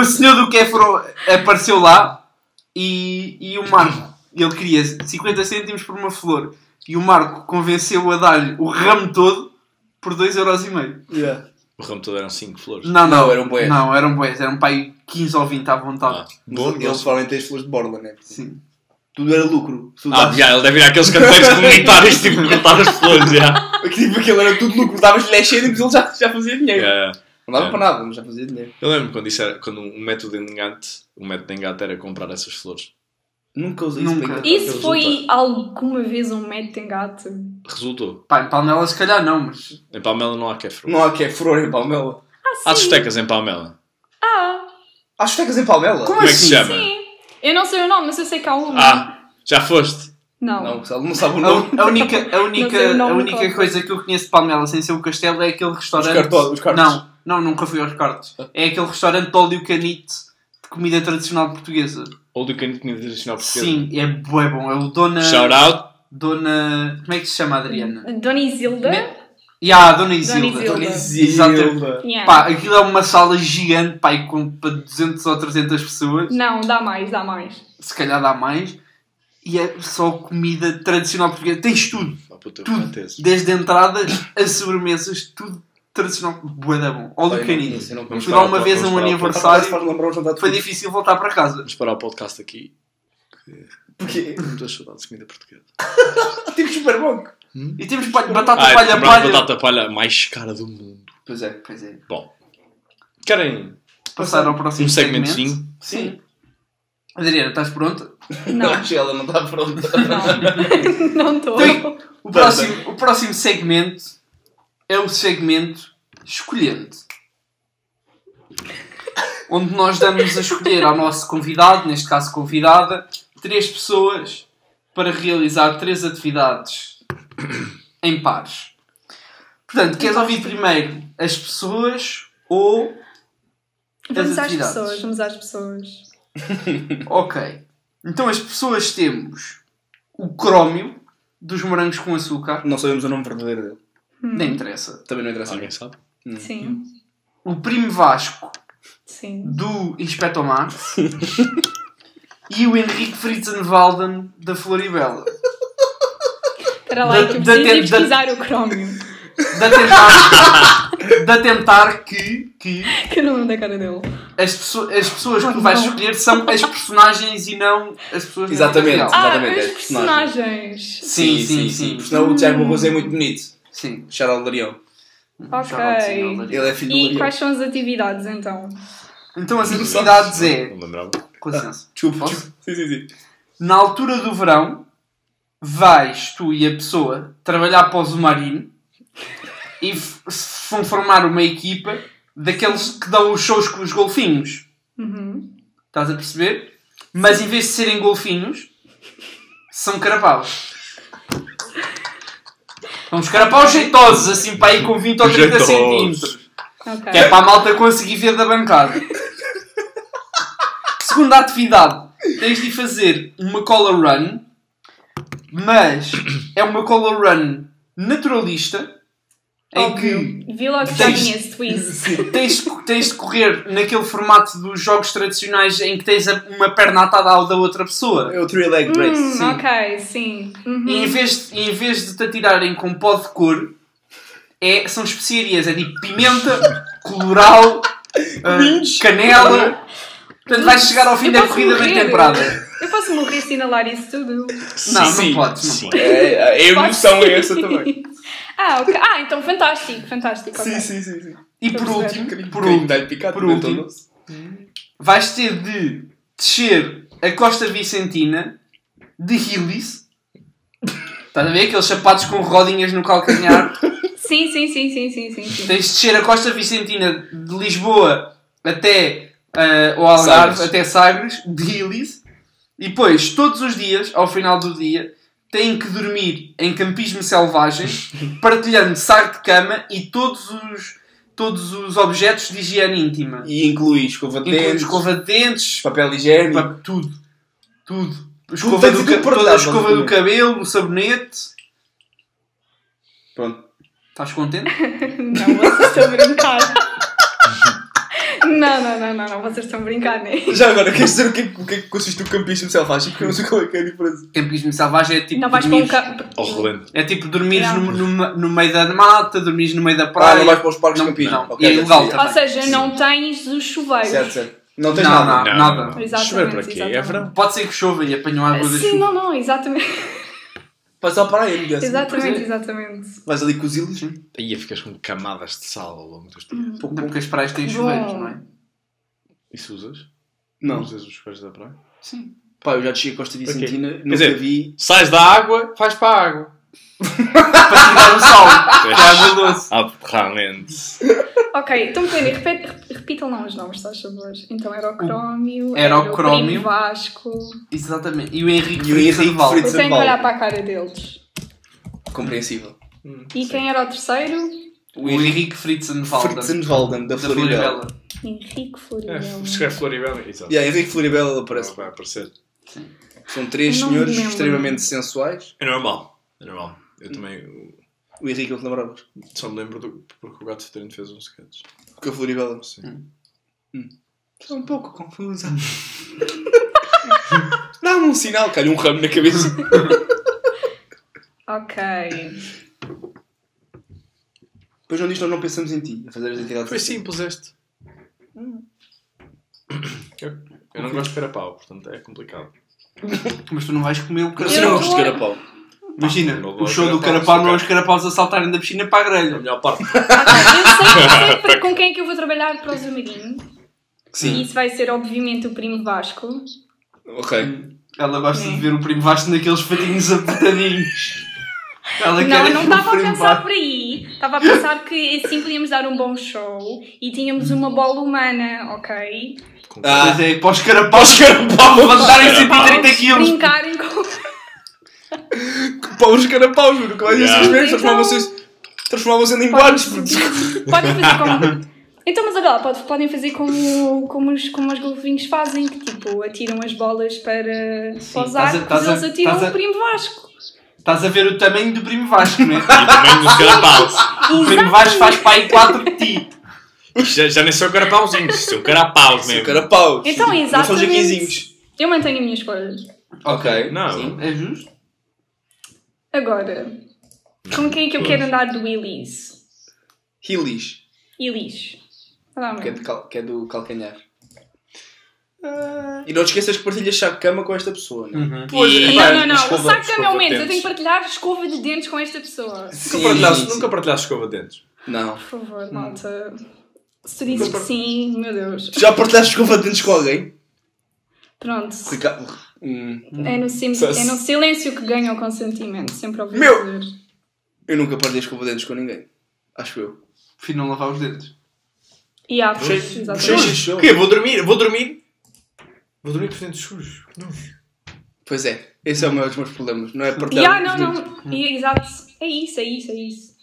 o senhor do Kefro apareceu lá e, e o Marco. Ele queria 50 cêntimos por uma flor. E o Marco convenceu a dar-lhe o ramo todo por 2,5€. Yeah. O ramo todo eram 5 flores. Não, não, Não, eram bués. Não, eram boés. Eram pai 15 ou 20 à vontade. Ah, bom Mas eles negócio. falam as flores de borla, né? Sim. Tudo era lucro. Tudo <laughs> Ah, já, ele deve ir àqueles canteiros comunitários tipo cortar as flores, já. Aqui, tipo, aquilo era tudo lucro. Davas-lhe 10 cêntimos e ele já, já fazia dinheiro. Yeah. Não dava É. para nada, mas já fazia dinheiro. Eu lembro quando, isso era, quando um método de engate, um método de engate era comprar essas flores. Nunca usei Nunca. isso. para- Isso Resulta. foi alguma vez um método em gato? Resultou. Pá, em Palmela se calhar não, <laughs> mas... Em Palmela não há kefro. Não há que é furor em Palmela. Há sustecas em Palmela. Ah, Há chutecas em Palmela? Como Como é que assim? se chama? sim. Eu não sei o nome, mas eu sei que há uma. Ah, já foste? Não. Não, se ele não sabe o A, nome. un- a única, a Não sei o única, nome a qual única foi. coisa que eu conheço de Palmela sem ser o castelo é aquele restaurante. cartó- os cartos. Não, não, nunca fui aos cartos. É aquele restaurante de óleo canite de comida tradicional portuguesa. Ou do canto de comida tradicional portuguesa? Sim, é bué bom. É o Dona. Shout out. Dona. Como é que se chama, Adriana? Dona Isilda? E a Dona Isilda. Isilda. é Isilda. Yeah. Pá, aquilo é uma sala gigante, pá, e com para 200 ou 300 pessoas. Não, dá mais, dá mais. Se calhar dá mais. E é só comida tradicional portuguesa. Tens tudo. Oh, puta, Tudo. francesa. Desde entradas a sobremesas, tudo tradicional. Bué da bom. Olha o canino. Eu não Vamos conheço. um Fui parar lá uma o- vez vamos a um parar o- aniversário. Faz-me lembrar um jantar de Foi puto. difícil voltar para casa. Vamos parar o podcast aqui. tipo <laughs> Porque Muitas saudades de comida portuguesa. Tá tive super bom. E temos pa- batata Ah, palha comprar a palha. batata palha mais cara do mundo. Pois é. Pois é. Querem Passar ao próximo um segmento. segmentozinho? Sim. Adriana, estás pronta? Não, Acho que ela não está pronta. <laughs> não. não estou. Tem- O próximo, o próximo segmento é o segmento <laughs> escolhendo. Onde nós damos a escolher ao nosso convidado, neste caso convidada, três pessoas para realizar três atividades em pares. Portanto, queres ouvir primeiro as pessoas ou Vamos as às atividades. pessoas, vamos às pessoas. Ok. Então as pessoas temos o crómio dos morangos com açúcar. Não sabemos o nome verdadeiro dele. Hum. Nem interessa. Também não interessa. Alguém sabe? Hum. Sim, O primo Vasco sim. do <laughs> Inspector Max. e o Henrique Fritzenwalden da Floribela. Espera lá, Da- que eu da- preciso ir da- pesquisar o crómio. Da tentar, de tentar que, que <laughs> Que eu não lembro da cara dele. as, pesso- as pessoas que Oh, tu vais não. escolher são as personagens e não as pessoas. na vida Exatamente. real. Ah, Exatamente, os é personagem. personagens. Sim, sim, sim. Porque Hum. senão o Tiago Barroso é muito bonito. Sim. Shout de Leão. Ok. Ele é filho do E Leão. quais são as atividades então? Então as atividades Não é. me lembrava. Com licença. Desculpa. Posso? desculpa. Sim, sim, sim. na altura do verão, vais tu e a pessoa trabalhar para o Zumarino e f- se vão formar uma equipa daqueles que dão os shows com os golfinhos. Uhum. Estás a perceber? Mas em vez de serem golfinhos, são carapaus. São uns carapaus jeitosos, assim, para aí com 20 ou 30 Jeitosos. centímetros. Ok. Que é para a malta conseguir ver da bancada. Segunda atividade. Tens de fazer uma cola run, mas é uma cola run naturalista, é- em que Óbvio. Vi logo que já tinha esse <laughs> twist. tens, de- tens de correr naquele formato dos jogos tradicionais em que tens a- uma perna atada à da outra pessoa. É o Three Leg Hum, Race. ok, sim. Uhum. E em vez de, em vez de te atirarem com um pó de cor, é, são especiarias. É tipo <laughs> pimenta, coloral, ah, canela. Portanto, vais chegar ao fim Eu da posso corrida bem morrer. temperada. Eu posso morrer e assinalar isso tudo. Não, não Sim, podes, não sim. É, a emoção Pode é essa ser. também. <laughs> Ah, ok. Ah, então fantástico, fantástico. ok. Sim, sim, sim. sim. E por Estou a último, por Quem último, dá-lhe picado, por não é último. tão doce. vais ter de descer a Costa Vicentina de Hillis. Estás a ver aqueles sapatos com rodinhas no calcanhar? Sim, sim, sim, sim, sim, sim. sim. Tens de descer a Costa Vicentina de Lisboa até ah, o Algarve, Sagres. até Sagres, de Ilhis. E depois, todos os dias, ao final do dia, têm que dormir em campismo <laughs> selvagem, partilhando saco de cama e todos os, todos os objetos de higiene íntima. E inclui escova de Incluindo dentes, escova de dentes, papel higiênico. pá, tudo. Tudo. Escova tens do, de ca- toda a importar, escova do basicamente. cabelo, o sabonete. Pronto. Estás contente? Não, vocês estão a brincar. Não, não, não, não, não, vocês estão a brincar, né? <laughs> Já agora, queres dizer o que, é que- o que é que consiste o campismo selvagem? Porque eu não sei qual é que é a diferença. Campismo selvagem é tipo. Não vais para um dormires- campo. Ao relento. É tipo dormires Não. no, no, no meio da mata, dormires no meio da Ah, praia. não vais para os parques Não, campismo. não. Ok, E é já ilegal percebi. também. Ou seja, não tens os chuveiros. Certo, certo. Não tens Não, nada. Não, não. nada. não, não. Exatamente, Chover para quê? É exatamente. verão. Pode ser que chova e apanham água da Ah, Sim, chuva. não, não, exatamente. Vais ao praia, Assim, amiga. assim, Exatamente, exatamente. Vais ali com os ilhos. Aí ficas com camadas de sal ao longo dos dias. Pouco Não, bom. porque as praias têm Bom. chuveiros, não é? Isso usas? Não. Usas os pés da praia? Sim. Pá, eu já desci a Costa Vicentina, nunca dizer- vi. Sais da água, vais para a água. Para tirar <laughs> o sol. que é água doce. Ah, Aberramente. Ok, então Penny, repete- rep- repitam lá os nomes, se faz favor. Então era o Crómio, Era o primo Crómio. Vasco. Exatamente. E o Henrique E o Freitas Henrique Sandoval. Freitas- Eu tenho que olhar para a cara deles. Compreensível. E quem era o terceiro? O Henrique Fritz and Valden. Fritz Walden, da Da Floribela. Floribela. Henrique É, Floribela. escreve Floribela. Exato. E é, yeah, Henrique Floribela ele aparece. Parece que vai aparecer. São três Não me senhores lembro. extremamente sensuais. É normal. É normal. Eu também uh, O Henrique, eu te lembravas? só me lembro do, porque o gato Citrino fez uns <laughs> sketches. Com a Floribela. Sim. Estou um pouco confusa. Dá-me um sinal, calha um ramo na cabeça. Ok. Depois não diz nós não pensamos em ti, a fazer as entidades. <laughs> Foi simples este. Hum. Eu, eu não gosto de carapau, portanto é complicado. Mas tu não vais comer o Mas eu Eu não carapau. gosto de carapau. Imagina, Não vou o show do carapau, carapau não é ok. os carapaus a saltarem da piscina para a <laughs> A grelha. melhor parte. Ok, Eu sei, eu sei para- com quem é que eu vou trabalhar para o Zumarinho. E Sim. isso vai ser, obviamente, o primo Vasco. Ok. Ela gosta Sim. de ver o primo Vasco naqueles fatinhos apertadinhos. Ela não, quer eu não ver o estava a primo pensar Vasco. por aí. Estava a pensar que assim podíamos dar um bom show e tínhamos uma bola humana, ok? Ah, Mas é para os carapaus, os carapaus levantarem 130 quilos. Brincarem com. pão os carapaus, juro que vai dizer Yeah. esses mesmos, Então- transformavam-se transformavam-se em linguagens. <laughs> Podem fazer como. <laughs> Então, mas olha lá, pode- podem fazer como, como, os, como os golfinhos fazem, que tipo, atiram as bolas para, para os estás a- arcos estás e a- eles atiram estás a- o primo Vasco. Estás a ver o tamanho do primo <laughs> Vasco, não é? E também dos carapaus. O primo Vasco faz para aí 4 de ti. Já, já nem são carapauzinhos, são carapaus São mesmo. carapaus. Então, Não são jaquizinhos. exatamente. Eu mantenho a minha escolha. Ok. Não. É justo? Agora, com quem é que eu quero andar do Willis? Hillis, Ilis. Olha lá, que é, meu. de cal- que é do calcanhar. E não te esqueças que partilhas chá de cama com esta pessoa, não é? Pois, Uhum. E- epá, Não, não, não. O escova- saco também é o escova de menos. Eu tenho dentes. que partilhar escova de dentes com esta pessoa. Sim, Nunca partilhaste, sim. nunca partilhaste escova de dentes. Não. Por Hum. favor, malta. Se tu dizes que sim, meu Deus. Já partilhaste escova de dentes com alguém? Pronto. Ricardo. Hum, É no, sim- Só- é no silêncio que ganha o consentimento, sempre ouvi Meu! dizer. eu nunca partilhei escova de dentes com ninguém. Acho eu. Prefiro não lavar os dedos. E há Puxei- puxei exatamente. xixi. O quê? Vou dormir, vou dormir. Vou dormir por dentes sujos. Não. Pois é, esse é o meu dos meus problemas. Não é E partilhar. há, os não, dentes. não. E, exato. É isso, é isso, é isso.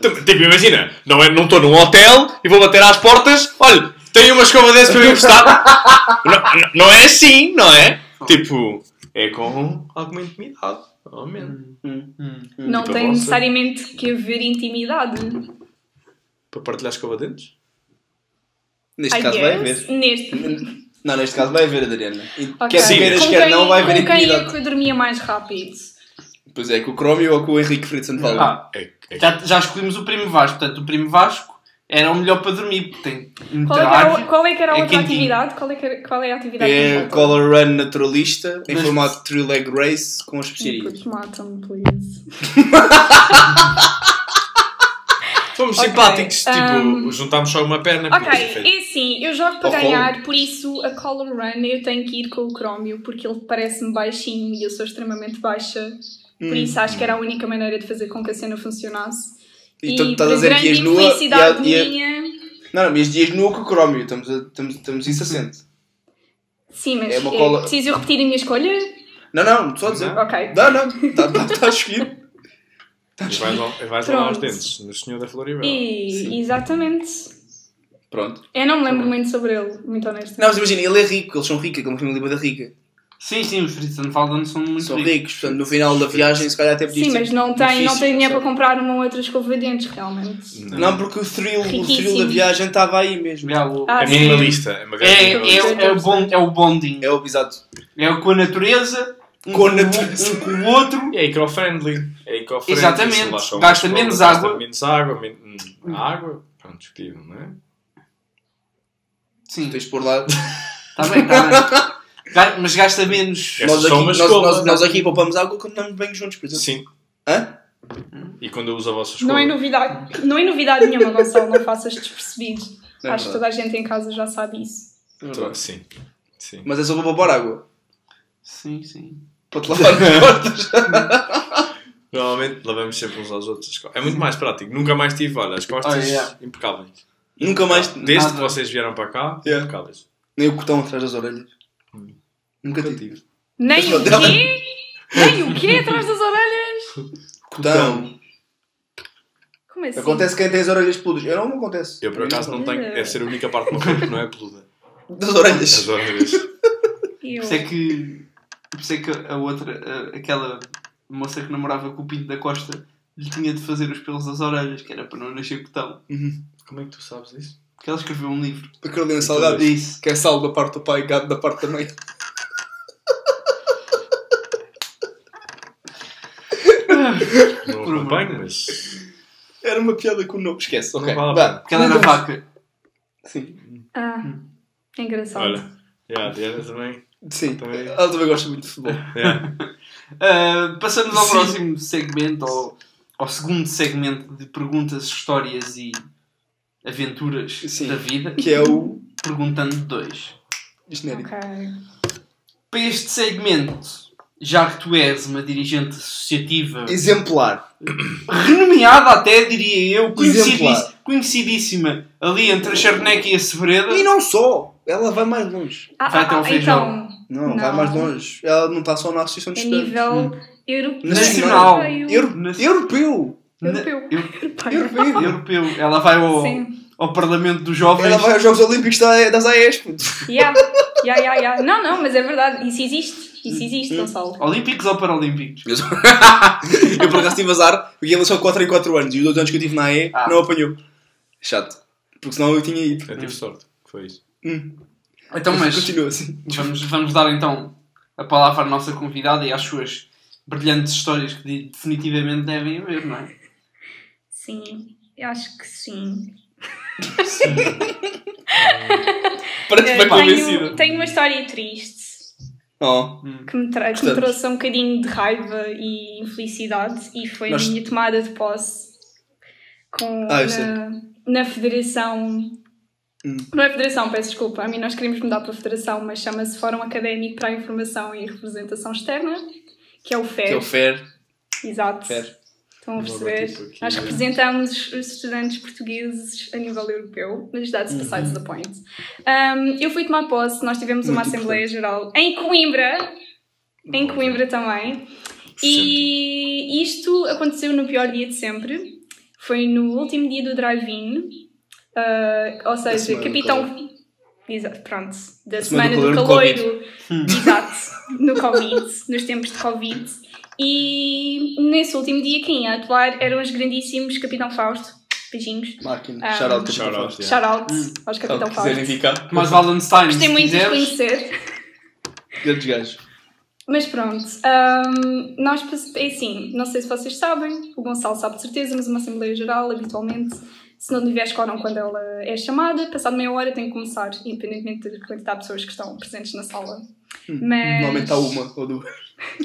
Tipo, tipo, imagina, não estou não tô num hotel e vou bater às portas, olha, tenho uma escova dessas para me encostar. <laughs> não, não- não é assim, não é? Tipo, é com alguma intimidade, normalmente. Hum. Não para tem você? necessariamente que haver intimidade. Para partilhar escova de dentes? Neste I caso vai guess. haver. Hum. Neste. Não, neste caso vai haver, Adriana. E Ok. Quer Sim, queiras, com quer quem, não, vai haver com quem é intimidade. que eu dormia mais rápido? Pois é, com o Crómio ou com o Henrique Fritz and Valden. Ah, É, é- já, já escolhemos o primo Vasco. Portanto, o primo Vasco era o melhor para dormir. Porque tem Então, Qual é que era, o- interage. qual é que era a é outra quentinho. atividade? Qual é, que era- qual é a atividade que É me faltou? Color Run naturalista em Mas- formato de Three Leg Race com as especiarias. Puto, Matam-me, please. Fomos Ok, simpáticos, um, tipo, juntámos só uma perna. Ok, porque foi feito. é assim, eu jogo para Ao ganhar, por isso a Color Run eu tenho que ir com o Crómio porque ele parece-me baixinho e eu sou extremamente baixa. Hum, Por isso acho que era a única maneira de fazer com que a cena funcionasse. E tu estás para a dizer que grande ias nua e infelicidade a- e a- minha. Não, não, mas dias nua com o Crómio, estamos, a- estamos, estamos insacente. Sim, mas É uma eh, cola- preciso eu repetir a minha escolha? Não, não, só dizer. Ok. Não, não, está tá, tá a <laughs> seguir. E vais, lá- e vais lavar os Pronto. dentes no senhor da Floribela. E, exatamente. Pronto. Eu não me lembro muito sobre ele, muito honesto. Não, mas imagina, ele é rico, eles são ricos, aquela família bué da rica. Sim, sim, os Fritz and Valden são muito São ricos. ricos, portanto, no final da viagem, se calhar até podias Sim, ter- mas não tem, não é difícil, tem dinheiro sabe? para comprar uma outra escova de dentes, realmente. Não. Não, porque o thrill, o thrill Riquíssimo. da viagem estava aí mesmo. É, o- Ah, É sim. minimalista, é uma grande é, é, minimalista. é, o bon- é o bonding. É o exato. É o com a natureza, um Com a o- natureza. um com o outro. E é eco-friendly. É eco-friendly. Exatamente. sei lá, só uma Gasta escova, menos gasta água. menos água. men- hum, água. Pronto, discutível, não é? Sim, Tens de pôr lá. está bem, está bem. Ga- Mas gasta menos. É Nós só aqui, uma nós, escova. nós- nós aqui poupamos água quando damos banho juntos, por exemplo. Sim. Hã? E quando eu uso a vossa escola. Não é novidade, não é novidade nenhuma, Gonçalo, não faças despercebido. É Acho verdade. que toda a gente em casa já sabe isso. Tô- Então, Sim. Sim. Mas é só para poupar água. Sim, sim. Para te <laughs> lavar as portas. Normalmente lavamos sempre uns aos outros. as costas. É muito mais prático. Nunca mais tive, olha, as costas Oh, yeah. impecáveis. Ah, Nunca mais. Desde Nada. que vocês vieram para cá, Yeah. impecáveis. Nem o cotão atrás das orelhas. Hum. Nunca tive. Mas Nem não o dela. quê? Nem o quê atrás das orelhas? Cotão. Como assim? Acontece quem tem as orelhas peludas. Eu não, não acontece. Eu por acaso não tenho. Deve ser a única parte do meu corpo que não é <laughs> peluda. Das orelhas. As orelhas. Eu... Por isso é que. Por isso é que a outra, a- aquela moça que namorava com o Pinto da Costa, lhe tinha de fazer os pelos das orelhas, que era para não nascer cotão. Como é que tu sabes isso? Porque ela escreveu um livro. A Carolina Salgado. Isso. Que é salvo da parte do pai e gado da parte da mãe. Não Por acompanho, amor mas. Era uma piada com o nome. Esquece, ok. Não vale a Vá. Porque ela era vaca. Sim. Ah, é engraçado. Olha. Yeah, a Diana também. Sim. Também. Ela também gosta muito de futebol. Yeah. Ah, passamos ao Sim. próximo segmento, ao, ao segundo segmento de perguntas, histórias e aventuras Sim. da vida. Que é o. Perguntando dois. Genérico. Ok. Para este segmento, já que tu és uma dirigente associativa Exemplar. renomeada até, diria eu, conhecidíssima, Exemplar. conhecidíssima ali entre a Charneca e a Sebreda, E não só. Ela vai um mais longe. Ah, Vai ah, até ao ah, feijão. então, Não, Não. É vai mais longe. Ela não está só na Associação de a Estudantes. nível europeu. Hum. Nacional. Europeu. Euro- Europeu. Europeu. <laughs> Europeu. europeu, ela vai ao, Sim. ao Parlamento dos Jovens. Ela vai aos Jogos Olímpicos da- das AES. puto. Yeah. Yeah, yeah, yeah. Não, não, mas é verdade. Isso existe. Isso existe, Gonçalo. Olímpicos ou Paralímpicos? <laughs> Eu por acaso tive azar, porque ele só 4 em 4 anos e os 2 anos que eu tive na AE Ah. não apanhou. Chato. Porque senão eu tinha ido. Eu tive sorte. Foi isso. Então, mas Continua assim. vamos, vamos dar então a palavra à nossa convidada e às suas brilhantes histórias que de- definitivamente devem haver, não é? Sim, eu acho que sim. Parece Eu bem tenho, convencida. tenho uma história triste. Oh, que me, tra- que me Portanto. trouxe um bocadinho de raiva e infelicidade e foi Nós- a minha tomada de posse com, Ah, eu sei. na, na federação Hum. não é federação, peço desculpa a mim nós queremos mudar para federação mas chama-se Fórum Académico para a Informação e Representação Externa que é o FER, que é o fair. exato FER. estão a Um perceber logotipo aqui, nós é. representamos os estudantes portugueses a nível europeu mas that's besides the point Um, eu fui tomar posse, nós tivemos uma Muito Assembleia Geral em Coimbra em Coimbra também. E isto aconteceu no pior dia de sempre. Foi no último dia do drive-in. Ah, ou seja, semana do capitão. Exato, pronto. Da semana semana, do Hum. do calor, caloiro. Exato. No Covid. nos tempos de Covid. E nesse último dia, quem ia atuar eram os grandíssimos Capitão Fausto. Beijinhos. Máquina. Ah. Shout out. Shout out, yeah. Shout out Hum. aos Capitão Se quiserem Fausto. ficar, Mas Valenstein, se Gostei muito de os quiseres, conhecer. grandes gajos. Mas pronto, hum, nós, pass- é assim, não sei se vocês sabem, o Gonçalo sabe de certeza, mas uma Assembleia Geral, habitualmente, se não tiver quórum quando ela é chamada, passado meia hora tem que começar, independentemente da quantidade de pessoas que estão presentes na sala. Mas... Hum, Normalmente tá- há uma ou duas.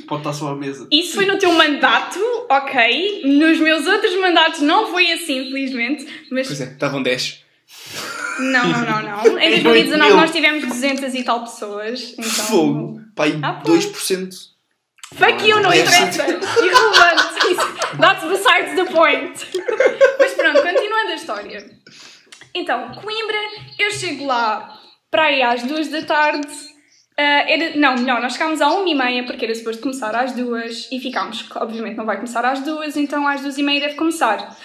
pode estar só à mesa. Isso foi no teu mandato, ok. Nos meus outros mandatos não foi assim, infelizmente, mas Pois é, estavam 10. não, não, não, não. Em Em 2019 8.000. nós tivemos 200 e tal pessoas, então... Fogo. Pai, Ah, pois. 2%. Fuck you, não interessa. Irrelevante. Isso- That's besides the point. Mas pronto, continuando a história. Então, Coimbra, eu chego lá para aí às duas da tarde. ah, era- não, melhor, nós chegámos à uma e meia porque era suposto começar às duas e ficámos. que Obviamente não vai começar às duas, então às duas e meia deve começar.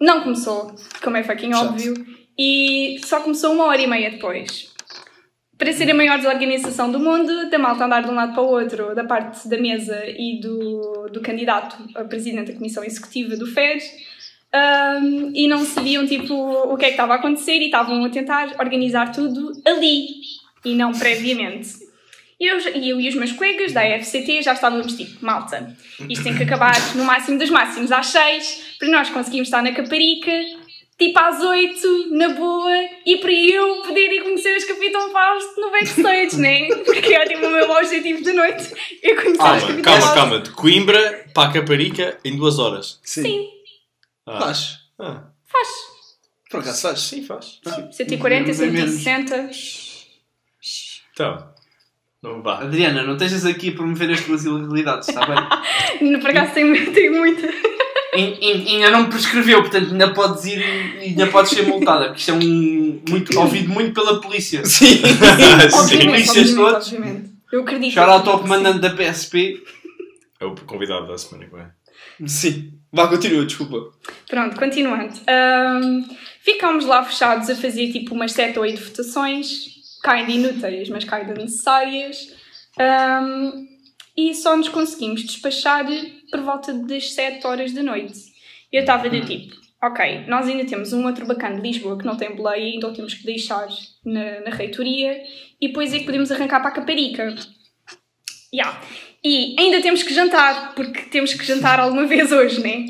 Não começou, como é fucking Chato. óbvio. E só começou uma hora e meia depois para ser a maior desorganização do mundo, da malta andar de um lado para o outro, da parte da mesa e do, do candidato a presidente da comissão executiva do FED, ahm, e não sabiam tipo, o que é que estava a acontecer e estavam a tentar organizar tudo ali e não previamente. E eu, já- e eu e os meus colegas da FCT já estávamos tipo, malta, isto tem que acabar no máximo dos máximos às seis, para nós conseguirmos estar na Caparica tipo às 8, na boa, e para eu poder ir conhecer os Capitão Fausto no backstage, né? Porque é tipo o meu objetivo de noite, eu conhecer os Ah, Calma, Capitão calma, Fausto. calma. De Coimbra para Caparica em duas horas. Sim. Sim, Ah. Faz. Ah. faz. Por acaso faz. Sim, faz. 140, Menos é menos. 160. Então, não vá. Adriana, não estejas aqui a promover as tuas ilegalidades, está bem? <laughs> Por acaso tem, tem muita. Ain- ain- Ainda não me prescreveu, portanto ainda podes ir e ainda podes ser multada, porque isto é um muito, ouvido muito pela polícia. Sim. Sim. <laughs> Obviamente, Polícias obviamente, todos. obviamente. Eu acredito. Chora ao teu comandante da PSP. É o convidado da semana que vem. <laughs> Sim. Vá, continua, desculpa. Pronto, continuando. Ahm, ficámos lá fechados a fazer tipo umas 7 ou 8 votações, kinda inúteis, mas kinda necessárias. Ahm, e só nos conseguimos despachar por volta das 7 horas da noite. Eu estava do tipo, ok, nós ainda temos um outro bacana de Lisboa que não tem boleia, então temos que deixar na, na reitoria e depois é que podemos arrancar para a Caparica. Yeah. E ainda temos que jantar, porque temos que jantar alguma vez hoje, né?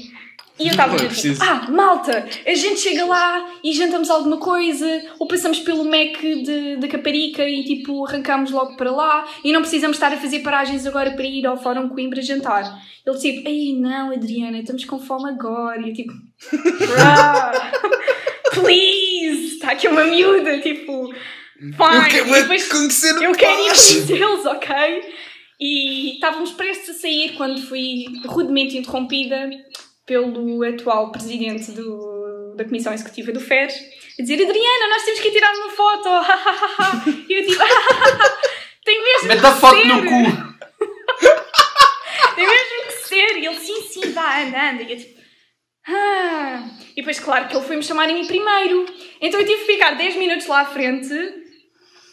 E eu estava a Não é dizer, preciso. ah, malta, a gente chega lá e jantamos alguma coisa, ou passamos pelo Mac de- da Caparica e tipo arrancamos logo para lá e não precisamos estar a fazer paragens agora para ir ao Fórum Coimbra jantar. Ele tipo, ei não, Adriana, estamos com fome agora. E eu tipo, bruh, <laughs> please, está aqui uma miúda, tipo, Eu fine. quero E é depois- conhecer o eu quero ir Paz. conhecê-los, ok? E estávamos prestes a sair quando fui rudemente interrompida pelo atual presidente do- da Comissão Executiva do FER a dizer: Adriana, nós temos que ir tirar uma foto! <laughs> e eu tipo: <laughs> tem mesmo Mete a que foto ser. no cu! Tem mesmo que ser! E ele: sim, sim, vá, anda, anda. E eu tipo: ah. E depois, claro que ele foi-me chamar a mim primeiro. Então eu tive que ficar 10 minutos lá à frente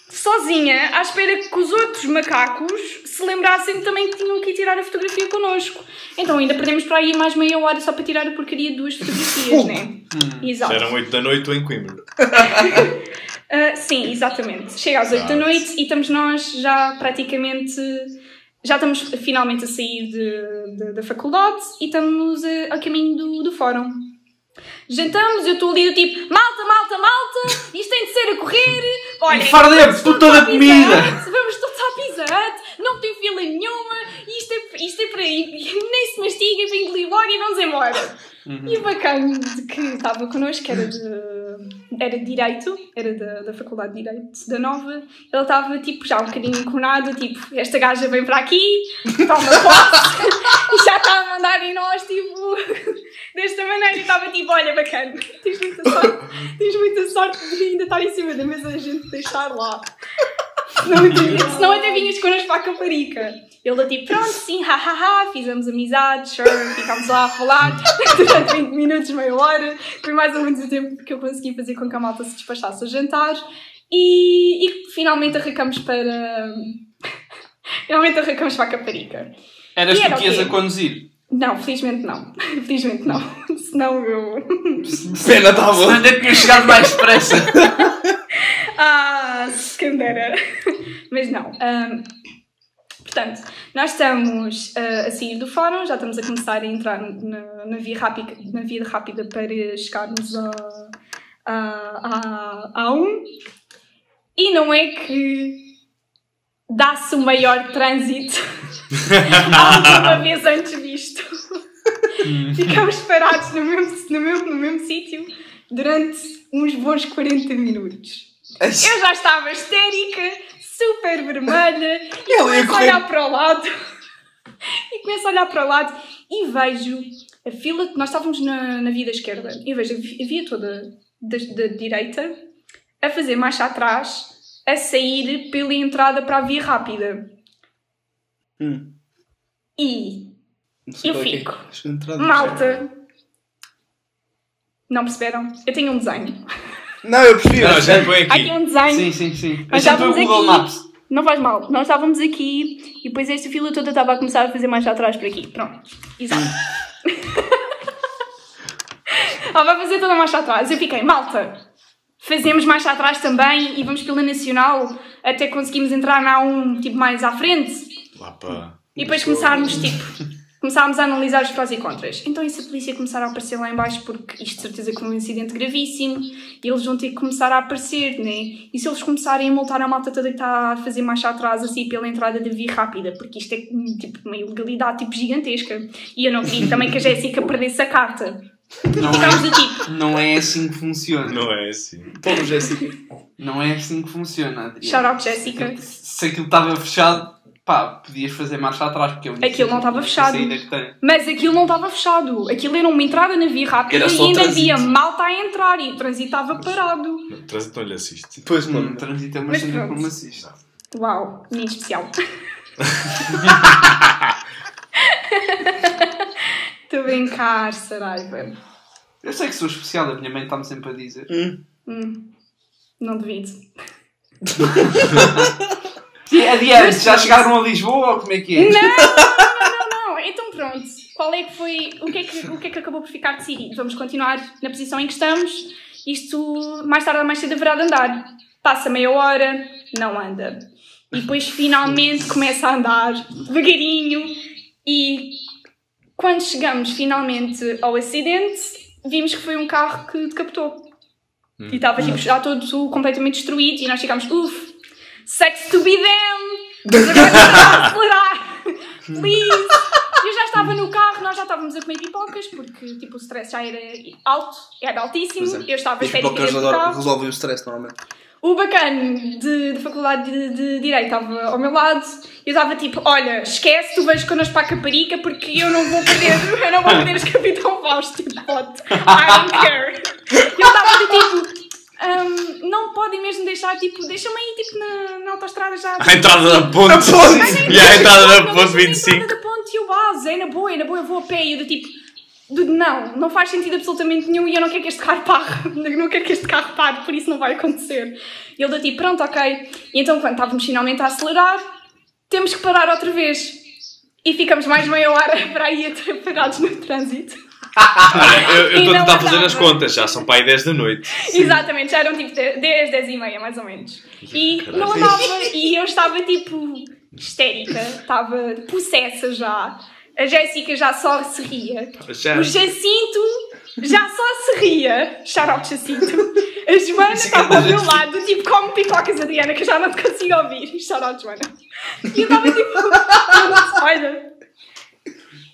sozinha, à espera que os outros macacos se lembrassem também que tinham que ir tirar a fotografia connosco. Então ainda perdemos para aí mais meia hora só para tirar a porcaria de duas fotografias, né? Já Exato. eram 8 da noite em <laughs> Coimbra. Ah, sim, exatamente. Chega às 8 da noite e estamos nós já praticamente. Já estamos finalmente a sair de- de- da faculdade e estamos ah, a, a caminho do, do fórum. Jantamos, eu estou ali do tipo: malta, malta, malta, isto tem de ser a correr. Olha, E fardei a vamos todos puta da à Pizza comida. Hut, Vamos todos à Pizza Hut, não tem fila nenhuma, isto é, isto é para ir, <laughs> nem se mastiga, é para engolir logo e vamos embora. E o bacana de que estava connosco era de era de Direito, era da, da Faculdade de Direito da Nova, ele estava tipo já um bocadinho encornado, tipo, esta gaja vem para aqui, toma posse, <laughs> e já está a mandar em nós, tipo, <laughs> desta maneira, e estava tipo, olha, bacana, tens muita sorte, tens muita sorte de ainda estar em cima da mesa da gente deixar lá. Não até- Senão até vinhas connosco para a Caparica. Ele tipo, pronto, sim, ha, ha, ha, fizemos amizade, sure, ficámos lá a falar <laughs> durante 20 minutos, meia hora. Foi mais ou menos o tempo que eu consegui fazer com que a malta se despachasse a jantar. E, e finalmente arrancamos para. <laughs> Finalmente arrancamos para a Caparica. Eras E era tu o que ias quê? a conduzir. Não, felizmente não. <laughs> Felizmente não. Senão eu. Pena, tá bom. Ainda é que tinha chegado <laughs> mais depressa. Ah, Scandera! <laughs> Mas não. ahm, portanto, nós estamos ah, a sair do fórum, já estamos a começar a entrar na, na via, rápida, na via rápida para chegarmos a, a, a, a um. E não é que dá-se o maior trânsito <laughs> alguma vez antes visto. Ficamos parados no mesmo, no mesmo, no mesmo sítio durante uns bons 40 minutos. É Eu já estava histérica, super vermelha, e Ela ia começo a correr. olhar para o lado. <laughs> e começo a olhar para o lado e vejo a fila. Nós estávamos na, na via da esquerda. E vejo a vi- a via toda da, da direita a fazer marcha atrás, a sair pela entrada para a via rápida. Hum. E, Não sei Eu qual é que é. fico. Deixa eu entrar no- malta. Não perceberam? Eu tenho um desenho. Não, eu prefiro. Não, <laughs> já põe Há aqui aqui. um desenho. Sim, sim, sim. Mas Deixa já para o vamos Google aqui. Maps. Não faz mal, nós estávamos aqui e depois esta fila toda estava a começar a fazer mais atrás para aqui. Pronto, exato. Estava a Ah, fazer toda mais atrás. Eu fiquei, malta, fazemos mais atrás também e vamos pela Nacional até conseguimos entrar na A1 tipo, mais um, à frente Lá para. e depois começarmos tipo. Começámos a analisar os prós e contras. Então, e se a polícia começar a aparecer lá em baixo, porque isto de certeza que foi um incidente gravíssimo, e eles vão ter que começar a aparecer, né? E se eles começarem a multar a malta toda que está a fazer marcha atrás, assim, pela entrada da via rápida, porque isto é tipo uma ilegalidade tipo gigantesca. E eu não vi também que a Jéssica perdesse a carta. Não Ficámos é, do tipo, não é assim que funciona. Não, Não é assim. Toma, Jéssica. é assim que funciona, shout Adriano. out Jéssica. Se aquilo estava fechado, pá, podias fazer marcha atrás, porque é a única Aquilo não estava única fechado. saída que tem. Mas aquilo não estava fechado. Aquilo era uma entrada na via rápida Era e só ainda trânsito. havia malta a entrar e o trânsito estava parado. O trânsito não lhe então, assiste. Pois, Hum, mano. transita uma Mas cena pronto. como assista. Uau, minha <laughs> especial. Estou a brincar, Saraiva. Eu sei que sou especial, a minha mãe está-me sempre a dizer. Hum. Hum, não duvido. Sim, Adiante, Mas- já chegaram a Lisboa ou como é que é? Não, então pronto. Qual é que foi. O que é que, o que, é que acabou por ficar decidido? Vamos continuar na posição em que estamos. Isto mais tarde ou mais cedo haverá de andar. Passa meia hora, não anda. E depois finalmente começa a andar devagarinho. E quando chegamos finalmente ao acidente, vimos que foi um carro que decapitou. E estava tipo, já todo completamente destruído. E nós ficámos, uff, sex to be them! Mas agora está a acelerar! Please! Eu já estava no carro, nós já estávamos a comer pipocas, porque tipo, o stress já era alto, era altíssimo, Pois eu estava Os histérica pipocas dentro do adoram- carro. resolvem o stress normalmente. O bacana de, de faculdade de, de Direito estava ao meu lado e eu estava tipo, olha, esquece, tu vais connosco para a Caparica porque eu não vou perder, <laughs> eu não vou perder os Capitão Fausto, tipo, pote. I don't care. E eu estava do tipo, "Hum, não podem mesmo deixar, tipo, deixa-me aí, tipo, na, na autostrada já. A entrada da ponte. Sim. <laughs> E a entrada da Não, ponte mas a 25. entrada da ponte e eu, ah, é na boa, é na boa, eu vou a pé. E eu do tipo, do- não, não faz sentido absolutamente nenhum e eu não quero que este carro pare. Eu não quero que este carro pare, por isso não vai acontecer. E ele do tipo, pronto, ok. E então, quando estávamos finalmente a acelerar, temos que parar outra vez. E ficamos mais meia hora para aí até parados no trânsito. <laughs> Olha, eu- eu E estou a não tentar fazer andava. as contas. Já são para aí 10 da noite. Exatamente, já eram tipo 10, 10 e meia, mais ou menos. E Caralho. não andava, e eu estava tipo histérica, estava possessa já. A Jéssica já só se ria. <laughs> Já. O Jacinto já só se ria. Xarope Jacinto. A Joana estava é ao meu lado, tipo, como pipocas, Adriana, que eu já não te consigo ouvir. Xarope, Joana. E eu estava tipo, "Pronto, olha.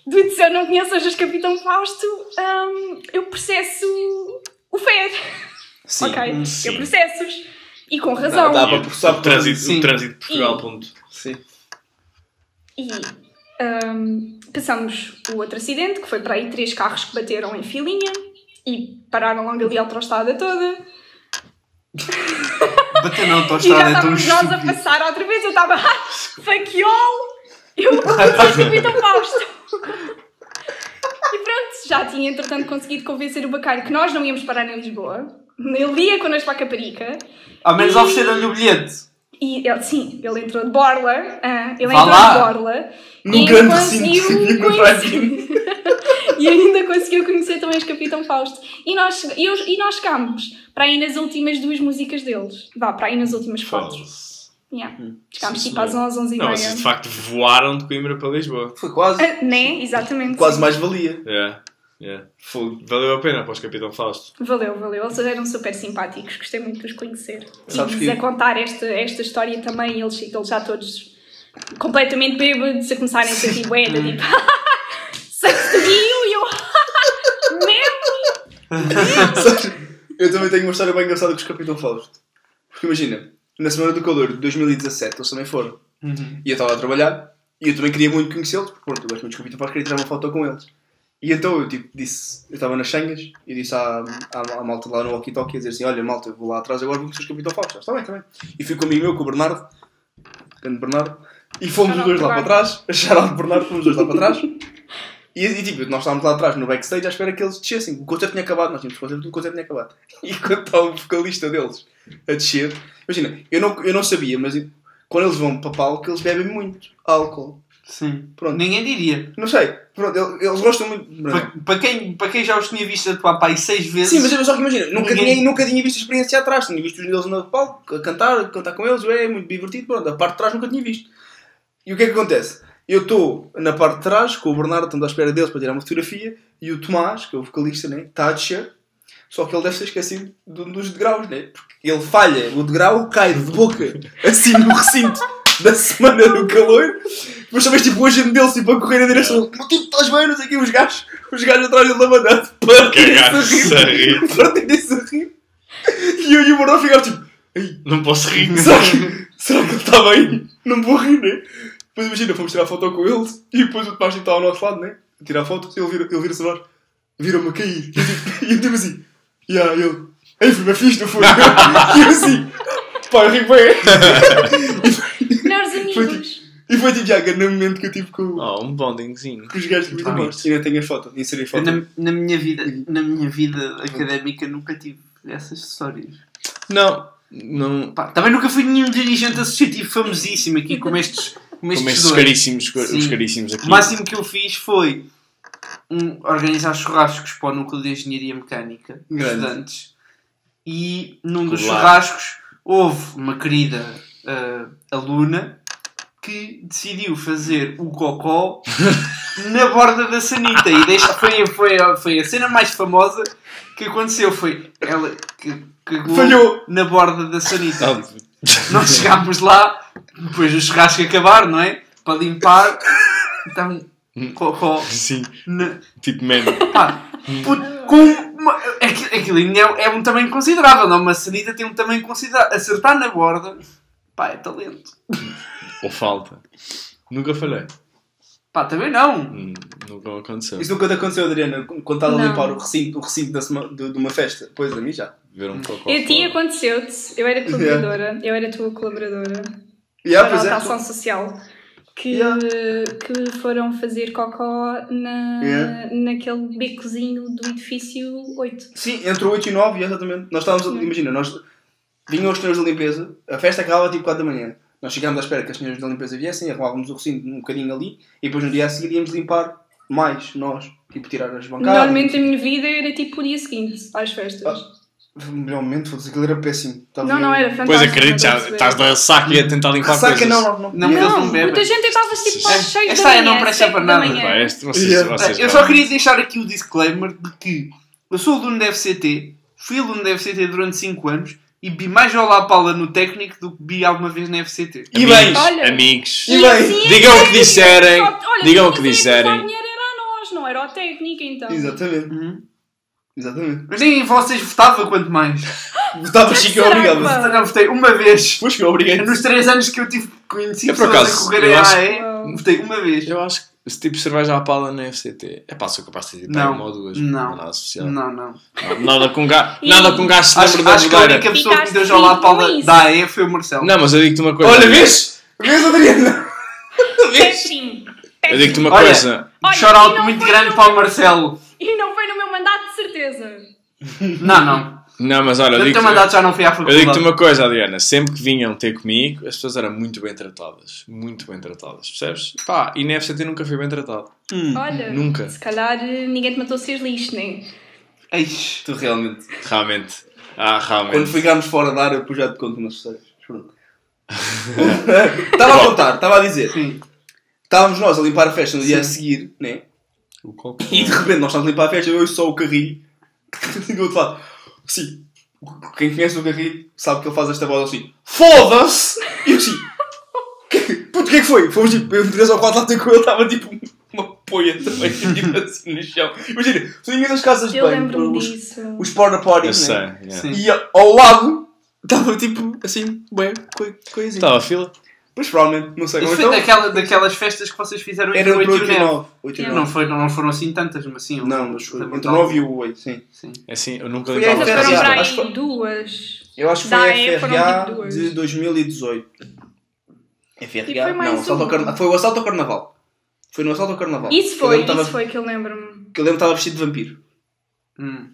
Dudes, eu não conheço hoje os Capitão Fausto, hum, eu processo o FED. Sim. ok? Eu sim. processo-os. E com Dá, razão. dá E para processar o trânsito, Sim. o trânsito de Portugal. E- Ponto. Sim. E hum, passamos o outro acidente, que foi para aí três carros que bateram em filinha e pararam logo ali a autostrada toda. Bater na E já autostrada é tão estávamos nós a estúpido. passar outra vez. Eu estava, ah, faquiol! <laughs> Eu consegui tão Fausto. E pronto, já tinha entretanto conseguido convencer o Bacário que nós não íamos parar em Lisboa. Ele ia connosco para a Caparica. Ao menos ofereceram-lhe o bilhete. E ele, sim, ele entrou de borla. ah, ele Vá entrou lá. de borla. Num e grande ainda conseguiu recinto, num conhecer... <laughs> E ainda conseguiu conhecer também os Capitão Fausto. E nós, che- e eu- e nós chegámos para aí nas últimas duas músicas deles. Vá, para aí nas últimas quatro. Foda-se. Yeah. Chegámos Hum. Sim, tipo às 11, 11 e Não, meia. vocês de facto voaram de Coimbra para Lisboa. Foi quase. Ah, né? Exatamente. Quase mais <laughs> valia. É. É. Fogo. Valeu a pena para os Capitão Fausto. Valeu, valeu. Eles eram super simpáticos. Gostei muito de os conhecer. Sabes e que- lhes a contar esta, esta história também. Eles, eles já todos completamente bêbados a começarem a sentir boeda. tipo, <laughs> sexo do Rio e eu. Mesmo? Sabes, eu também tenho uma história bem engraçada com os Capitão Fausto. Porque imagina, na Semana do Calor de 2017, eles também foram. Uhum. E eu estava a trabalhar e eu também queria muito conhecê-los, porque pronto, eu gosto muito de Capitão Fausto, queria tirar uma foto com eles. E então eu tipo, disse, eu estava nas Xangas e disse à, à, à malta lá no Walkie Talkie a dizer assim: Olha, malta, eu vou lá atrás agora, vou conhecer os Capitão Fausto. Está bem, está bem. E fui com o amigo meu, com o Bernardo, grande Bernardo, e fomos os Shout dois out lá para Bernardo. trás, <laughs> Charaldo e Bernardo, fomos os dois lá para trás. E, e, tipo, nós estávamos lá atrás no backstage à espera que eles descessem. O concerto tinha acabado, nós tínhamos concerto, o concerto tinha acabado. <laughs> E quando está o vocalista deles a descer, imagina, eu não, eu não sabia, mas eu- quando eles vão para palco, eles bebem muito álcool. Sim. Pronto. Ninguém diria. Não sei, pronto, ele- eles gostam muito. Para, para quem, para quem já os tinha visto atuar para aí seis vezes. Sim, mas eu só que imagina, nunca Ninguém- tinha, nunca tinha visto a experiência atrás, tinha visto os deles no palco, a cantar, a cantar com eles, é muito divertido, pronto, a parte de trás nunca tinha visto. E o que é que acontece? Eu estou na parte de trás com o Bernardo, estamos à espera deles para tirar uma fotografia, e o Tomás, que é o vocalista, né, está a descer, só que ele deve ter esquecido de um dos degraus, né? porque ele falha o degrau, cai de boca, assim no recinto da semana do calor, mas também tipo o agente dele tipo, a correr na direção, dele, tipo, estás bem, não sei o quê, os gajos, os gajos atrás dele a mandar, é <laughs> partirem-se Cagar-se a a rir, rir. partirem-se a rir, e eu e o Bernardo ficámos tipo, ei, Não posso rir. Será que, será que ele está bem? Não vou rir, né? Depois imagina, fomos tirar foto com eles e depois o Tomás está ao nosso lado, né? A tirar foto, ele vira- ele vira-se a nós, viram-me a cair. E eu tipo- E eu tipo assim, e aí ele, ei, foi bem fixe, não foi? E eu assim, pá, eu ri bem. Melhores amigos. E foi tipo, já, grande momento que eu tive com, Oh, um bondingzinho. com os gajos do Ah, Tomás. E ainda tenho a foto, inserir foto. Na, na minha vida, na minha vida académica nunca tive essas histórias. Não, não. Pá, também nunca fui nenhum dirigente associativo famosíssimo aqui como estes, como estes Como estes dois. caríssimos, os Sim. caríssimos aqui. O máximo que eu fiz foi um- organizar churrascos para o núcleo de engenharia mecânica de Grande. estudantes. E num dos Claro. churrascos houve uma querida ah, aluna que decidiu fazer o cocó na borda da sanita. E deste foi, foi, a- foi a cena mais famosa que aconteceu. Foi ela que cagou Falhou! na borda da sanita. Ah, <laughs> Nós chegámos lá, depois do churrasco acabar, não é? Para limpar, então, cocó. Sim, na- tipo meme. pá, puto, com uma, aquilo, aquilo ainda é, é um tamanho considerável, não? Uma sanita tem um tamanho considerável. Acertar na borda, pá, é talento. Ou falta. Nunca falhei. Pá, também não. Hum, Nunca aconteceu. Isso nunca te aconteceu, Adriana, quando estás a Não. limpar o recinto, o recinto da sema- de, de uma festa? Pois, a mim já. Ver um cocó. Eu tinha fora. aconteceu-te. Eu era colaboradora. Eu era tua colaboradora. Yeah, para pois a é. ação social. Que, Yeah. que foram fazer cocó na, Yeah. naquele becozinho do edifício 8. Sim, entre o 8 e o 9, exatamente. Nós estávamos, a, imagina, nós vinham os senhores da limpeza, a festa acabava tipo 4 da manhã. Nós chegámos à espera que as senhoras da limpeza viessem, arrumávamos o recinto um bocadinho ali e depois no dia a seguir íamos limpar mais nós, tipo tirar as bancadas. Normalmente a minha vida era tipo o dia seguinte às Ah, festas. Foi o melhor momento, foda-se, aquilo era péssimo. tá Estava não, eu- não era fantástico. Pois acredito, não já estou a estás perceber. da saca e a tentar limpar Ressaca coisas. não, não, não. Não, porque eles Não, não bebem. muita gente estava tipo às 6 Esta da aí manhã. não presta sete para da nada. manhã. Pá, este, vocês, Yeah. vocês Eu só queria deixar aqui o disclaimer de que eu sou aluno da FCT, fui aluno da FCT durante 5 anos e bi mais ao La Paula no técnico do que bi alguma vez na FCT. E bem, Olha. Amigos. E bem, assim é digam o que técnico, disserem, só- olha, tipo, assim, digam o que quem dizia disserem. usar dinheiro era a nós, não era ao técnico, então. Exatamente, Uhum. exatamente. Mas nem vocês votavam quanto mais. Votava Chico, eu Será, obrigado. pá? Eu não votei uma vez. É Pois que eu obriguei. Nos três anos que eu tive conheci Eu, por pessoas acaso, a correr eu a acho- AE, votei uma vez. Eu acho que se tipo cerveja à pala na FCT. É pá, sou capaz de ter tipo, Não. uma ou duas. Não. Nada social. Não, não. é Nada com gajo. E- Nada com gajo se Acho, lembra da acho que é a verdadeira. única pessoa que me deu Ficaste já lá a com pala isso. da AE foi o Marcelo. Não, mas eu digo-te uma coisa. Olha, vês? Vês, Adriana? Péssimo. Eu digo-te uma Olha. coisa. Olha, Shout-out e não muito foi grande no- para o Marcelo. E não foi no meu mandato, de certeza. Não, não. Não, mas olha, eu Eu, eu digo-te- mandado já não fui à eu digo-te faculdade. uma coisa, Adriana. Sempre que vinham ter comigo, as pessoas eram muito bem tratadas. Muito bem tratadas. Percebes? Pá, e na FCT nunca fui bem tratado. Olha, Nunca. se calhar eh, ninguém te matou seres lixo, né? nem. Eish. Tu realmente. Realmente. Ah, Quando realmente. ficarmos fora da área, depois já te conto umas histórias. Pronto. Estava a contar, estava a dizer. Sim. Estávamos nós a limpar a festa no dia Sim. a seguir, né? O copo. E de repente nós estávamos a limpar a festa, eu e só o carrinho <laughs> do outro lado. Sim, quem conhece o carrinho sabe que ele faz esta voz assim: Foda-se! E eu assim: "Que- Puto, o que é que foi? Fomos tipo, eu 3 ou 4 lá ter com ele, estava tipo uma poia também, <laughs> tipo assim no chão. Imagina, tu tinhas as casas de Eu banho, lembro-me os, disso. os porta Eu potties, sei. é. né? yeah. Sim. E ao lado estava tipo assim, bem, coi- coisinha. Estava a Tá, fila. Mas provavelmente, não sei. Ou Isso foi então, daquela, daquelas festas que vocês fizeram entre era o 8 entre 8 e e o 9. 9. 8 e É. 9. Não, foi, não foram assim tantas, mas sim. Não, mas foi foi entre o 9 e o 8, sim. Sim. Assim, eu nunca Foi limpava a Mas as FRA. foram casas. para Acho que aí foi- duas. Eu acho que Da foi E a foram tipo FRA duas. de 2018. E foi FRA? mais Não, assalto ao uma. carna- foi o assalto ao carnaval. Foi no assalto ao carnaval. Isso que eu foi, lembro que isso estava- foi que eu lembro-me. Que eu lembro que estava vestido de vampiro. Hum.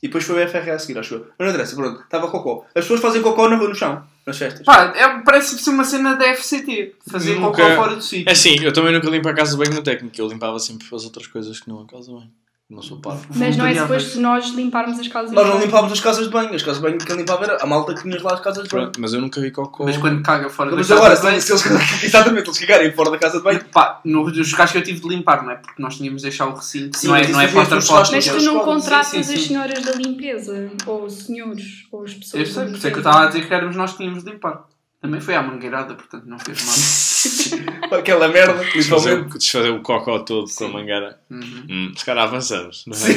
E depois foi o FRA a seguir, acho eu. Mas não interessa, pronto. Estava cocó. As pessoas fazem cocó na rua, no chão, nas festas. Pá, é, parece ser uma cena da FCT. Fazer Nunca- cocó fora do sítio. É assim, eu também nunca limpo a casa bem no técnico. Eu limpava sempre as outras coisas que não a casa bem. Não sou parvo. Mas não é Voluntariavas. suposto nós limparmos as casas. Nós não limpávamos as casas de banho. As casas de banho que limpava era a malta que tinha lá as casas de banho. Pronto, mas eu nunca vi cocô. Mas quando caga fora Mas da agora, casa, se, se eles, <laughs> exatamente, eles cagarem fora da casa de <laughs> banho. pá, no- nos lugares que eu tive de limpar, não é? Porque nós tínhamos de deixar o recinto, Sim, não é, mas não é isso havia porta a nos porta. Mas Sim, tu sim, não contratas sim, sim. as senhoras da limpeza, ou os senhores, ou as pessoas. Eu sei, da por isso é que eu limpeza. estava a dizer que éramos nós que tínhamos de limpar. Também foi à mangueirada, portanto não fez mal. Aquela merda, Desfazer, literalmente. o- desfazer o cocó todo com a mangueira. Uhum. Hum, se calhar avançamos, não é? <laughs> se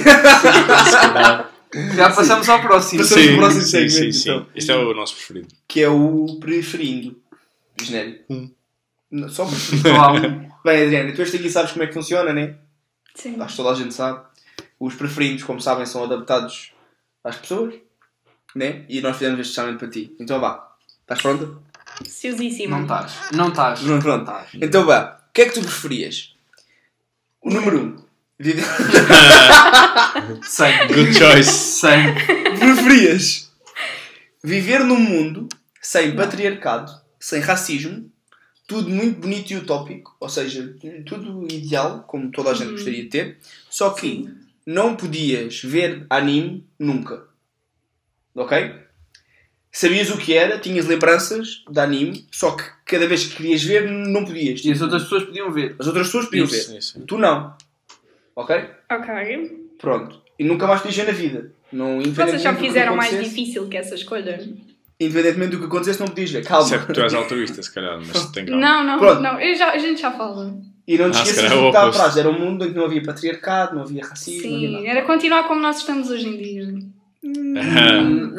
calhar. Já passamos ao próximo. Passamos Sim, ao próximo sim, sim, segmento, sim. então. Este é o nosso preferido. Que é o preferindo. Genérico. Hum. Não, Só preferindo. Só há um. Bem, Adriana, tu este aqui sabes como é que funciona, né? Sim. Acho que toda a gente sabe. Os preferidos, como sabem, são adaptados às pessoas, né? E nós fizemos este especialmente para ti. Então vá. Estás pronta? Não Ciosíssima. estás. Não tá. estás. Pronto, <laughs> pronto. Então vá. O que é que tu preferias? O número 1. Um. Viver- Sangue. Good choice. Sangue. preferias viver num mundo sem patriarcado, sem racismo, tudo muito bonito e utópico, ou seja, tudo ideal, como toda a gente Uhum. gostaria de ter, só que não podias ver anime nunca. Ok? Sabias o que era, tinhas lembranças de anime, só que cada vez que querias ver, não podias. E as outras pessoas podiam ver. As outras pessoas podiam ver. Isso, isso. Tu não. Ok? Ok. Pronto. E nunca mais podias ver na vida. Não, Vocês independentemente já do que fizeram mais acontecesse. difícil que essa escolha? Independentemente do que acontecesse, não podias ver. Calma. Certo, é tu és altruísta, se calhar, <laughs> mas tem calma. Não, não, Pronto. não. Eu já, a gente já fala. <laughs> E não te Ah, se esqueças do calhar é que o está oposto. atrás. Era um mundo em que não havia patriarcado, não havia racismo, não havia Sim, nada. era continuar como nós estamos hoje em dia. Aham. Hum,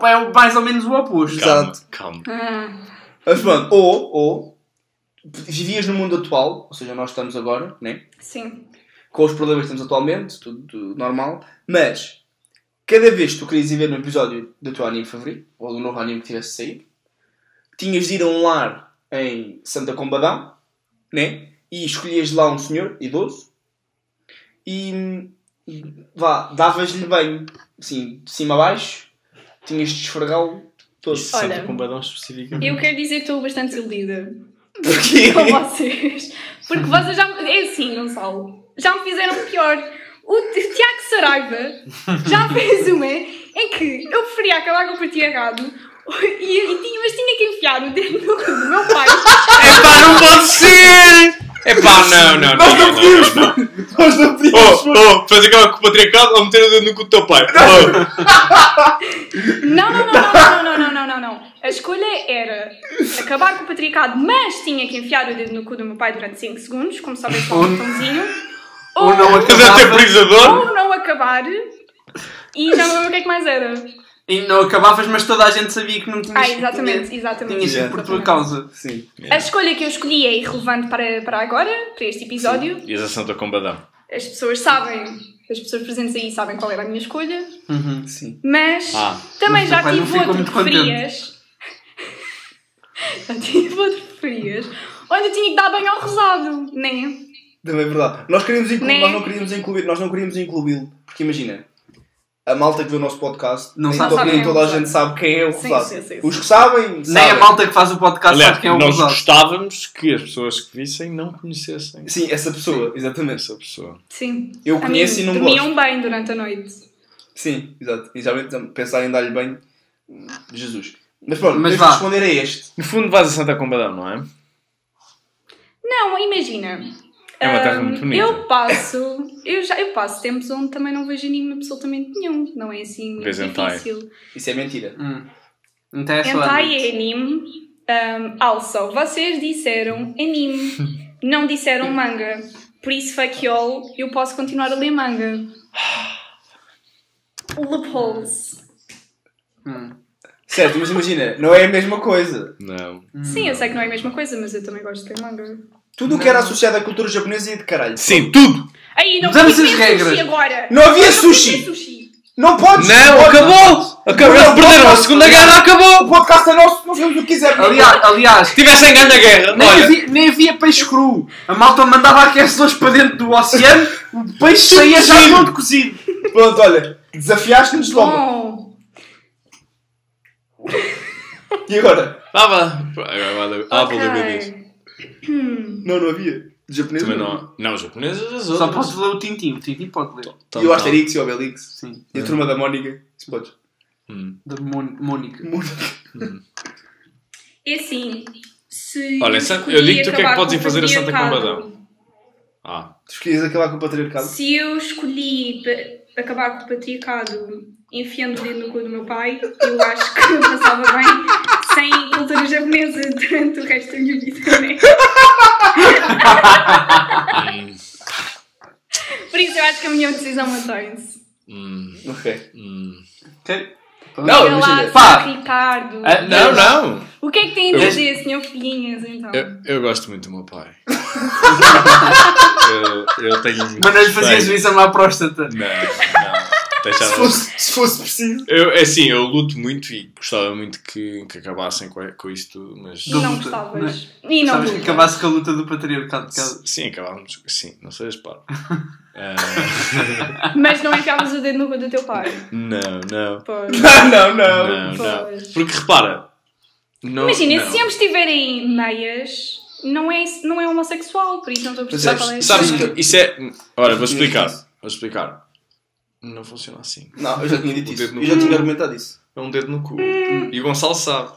oh, é o- mais ou menos o oposto. Calma, Exato. calma. Ah, Mas pronto, ou, ou vivias no mundo atual, ou seja, nós estamos agora, né? sim. com os problemas que temos atualmente, tudo, tudo normal, mas cada vez que tu querias ir ver um episódio do teu anime favorito, ou do novo anime que tivesse saído, tinhas de ir a um lar em Santa Combadão, né? e escolhias lá um senhor idoso, e vá, davas-lhe bem, assim, de cima a baixo, tinhas de esfregá-lo todo. Isso Olha. sempre com badão específico. Eu quero dizer que estou bastante iludida Porquê? <laughs> com vocês. Porque vocês já me. É assim, Gonçalo. Já me fizeram pior. O Ti- Tiago Saraiva <laughs> já fez uma em que eu preferia acabar com o patriarcado e, e tinha, mas tinha que enfiar o dedo no cu do meu pai. Epá, não pode ser! Epá, não, não, não. Nós não não, podíamos, não, não. Nós não podíamos, Oh, oh, fazer aquela com o patriarcado ou meter o dedo no cu do teu pai? Oh, Não, não, não, não, não, não, não, não, não. A escolha era acabar com o patriarcado, mas tinha que enfiar o dedo no cu do meu pai durante 5 segundos, como se houvesse Ou- um botãozinho. Ou não fazer até acabava. brisador? ou não acabar e já não lembro o que é que mais era. E não acabavas, mas toda a gente sabia que não tinhas Ah, sido exatamente, comido. exatamente. é. Tinha sido por tua Exatamente. causa. Sim. A escolha que eu escolhi é irrelevante para, para agora, para este episódio. E a Santa com badão. As pessoas sabem, as pessoas presentes aí sabem qual era a minha escolha, Uhum. Sim. mas Ah, também mas já teu pai não tive ficou outro muito contente. preferias. <laughs> já tive outro preferias. Onde eu tinha que dar banho ao rosado, né? Também é verdade. Nós, queríamos inclu- Né? nós não queríamos incluir, nós não queríamos incluí-lo, porque imagina, a malta que vê o nosso podcast, Não nem, sabe- to- sabe nem quem é o toda a Rosado. gente sabe quem é o Sim, Rosado. sim, sim, sim. Os que sabem, Nem sabem. a malta que faz o podcast Aliás, sabe quem é o nós usado. gostávamos que as pessoas que vissem não conhecessem Sim, essa pessoa, exatamente. essa pessoa. Sim. Eu conheço e Amigos, não dormiam gosto. bem durante a noite. Sim, exato. E geralmente pensar em dar-lhe bem, Jesus. Mas pronto, Mas mas vá. responder a este. No fundo, vais a Santa com badão, não é? Não, imagina. É uma terra Ahm, muito bonita. Eu passo, eu, já, eu passo tempos onde também não vejo anime absolutamente nenhum. Não é assim muito Vês hentai. difícil. Isso é mentira. Hum. Então é só a Hentai noite. é anime. Um, also, vocês disseram anime, não disseram manga. Por isso, fuck y'all, eu posso continuar a ler manga. Loopholes. Hum. Certo, mas imagina, não é a mesma coisa. Não. Sim, eu sei que não é a mesma coisa, mas eu também gosto de ler manga. Tudo o que era associado à cultura japonesa ia de caralho. Sim, tudo! Aí, não Mudamos podia as comer regras. sushi agora! Não havia Não podia comer sushi! Não podes! Não, acabou! Acabou! Perderam a Segunda Guerra, O acabou! podcast é nosso, nós fazemos o que quisermos. Aliás, aliás Tivessem ganho a guerra! nem, Olha, havia, nem havia peixe cru. A malta mandava aquecedores para dentro do oceano, o peixe saía já cozido. todo cozido. Pronto, olha, desafiaste-nos logo. Bom, E agora? vá, vá! Ah, vou lembrar disso. ok. Hum. Não, não havia. Japonês. Também não. Não, os japoneses as Só outras. podes ler o Tintim. O Tintim pode ler. Tá, E o tá. Asterix e o Obelix. Sim. É. E a turma da Mónica. Se podes. Hum. Da Mon- Mónica. Mónica. É assim, se. Olha, San- eu escolhi digo-te o que é que acabar podes ir com o fazer a Santa patriarcado- Ah, Tu escolhias acabar com o patriarcado? Se eu escolhi pa- acabar com o patriarcado enfiando o dedo no cu do meu pai, eu acho que eu passava bem sem cultura japonesa durante o resto da minha vida, né? hum, Por isso eu acho que a minha decisão mantém-se. hum, Ok. hum. Ok? Não, Olha lá, imagina. Pá! Sr. Ricardo. Ah, É, Não, não! O que é que tem a Eu- dizer, senhor Filhinhas, então? Eu, eu gosto muito do meu pai. eu, eu tenho. muito Mas não lhe fazias o respeito. exame à Não, próstata. não. Deixa Se fosse, se fosse preciso. <laughs> Eu, é assim, eu luto muito e gostava muito que, que acabassem com, com isto, mas. E não Luta, né? gostavas. E não Sabes que luta. acabasse com a luta do patriarcado. de S- casa. Sim, acabámos. Sim, não sejas pá. Mas não enfiavas o dedo no cu do teu pai. Não, <laughs> não. Pois. Não, não, não. Não, Pois. não. Porque repara. Não, Imagina, não. se ambos tiverem meias, não é, não é homossexual, por isso não estou a perceber qual é a Sabes, sabes diferença. que isso é. Ora, vou Sim. explicar. Vou explicar. Não funciona assim. Não, eu já tinha dito O isso. dedo no Eu já cu. tinha argumentado isso. É um dedo no cu. E o Gonçalo sabe.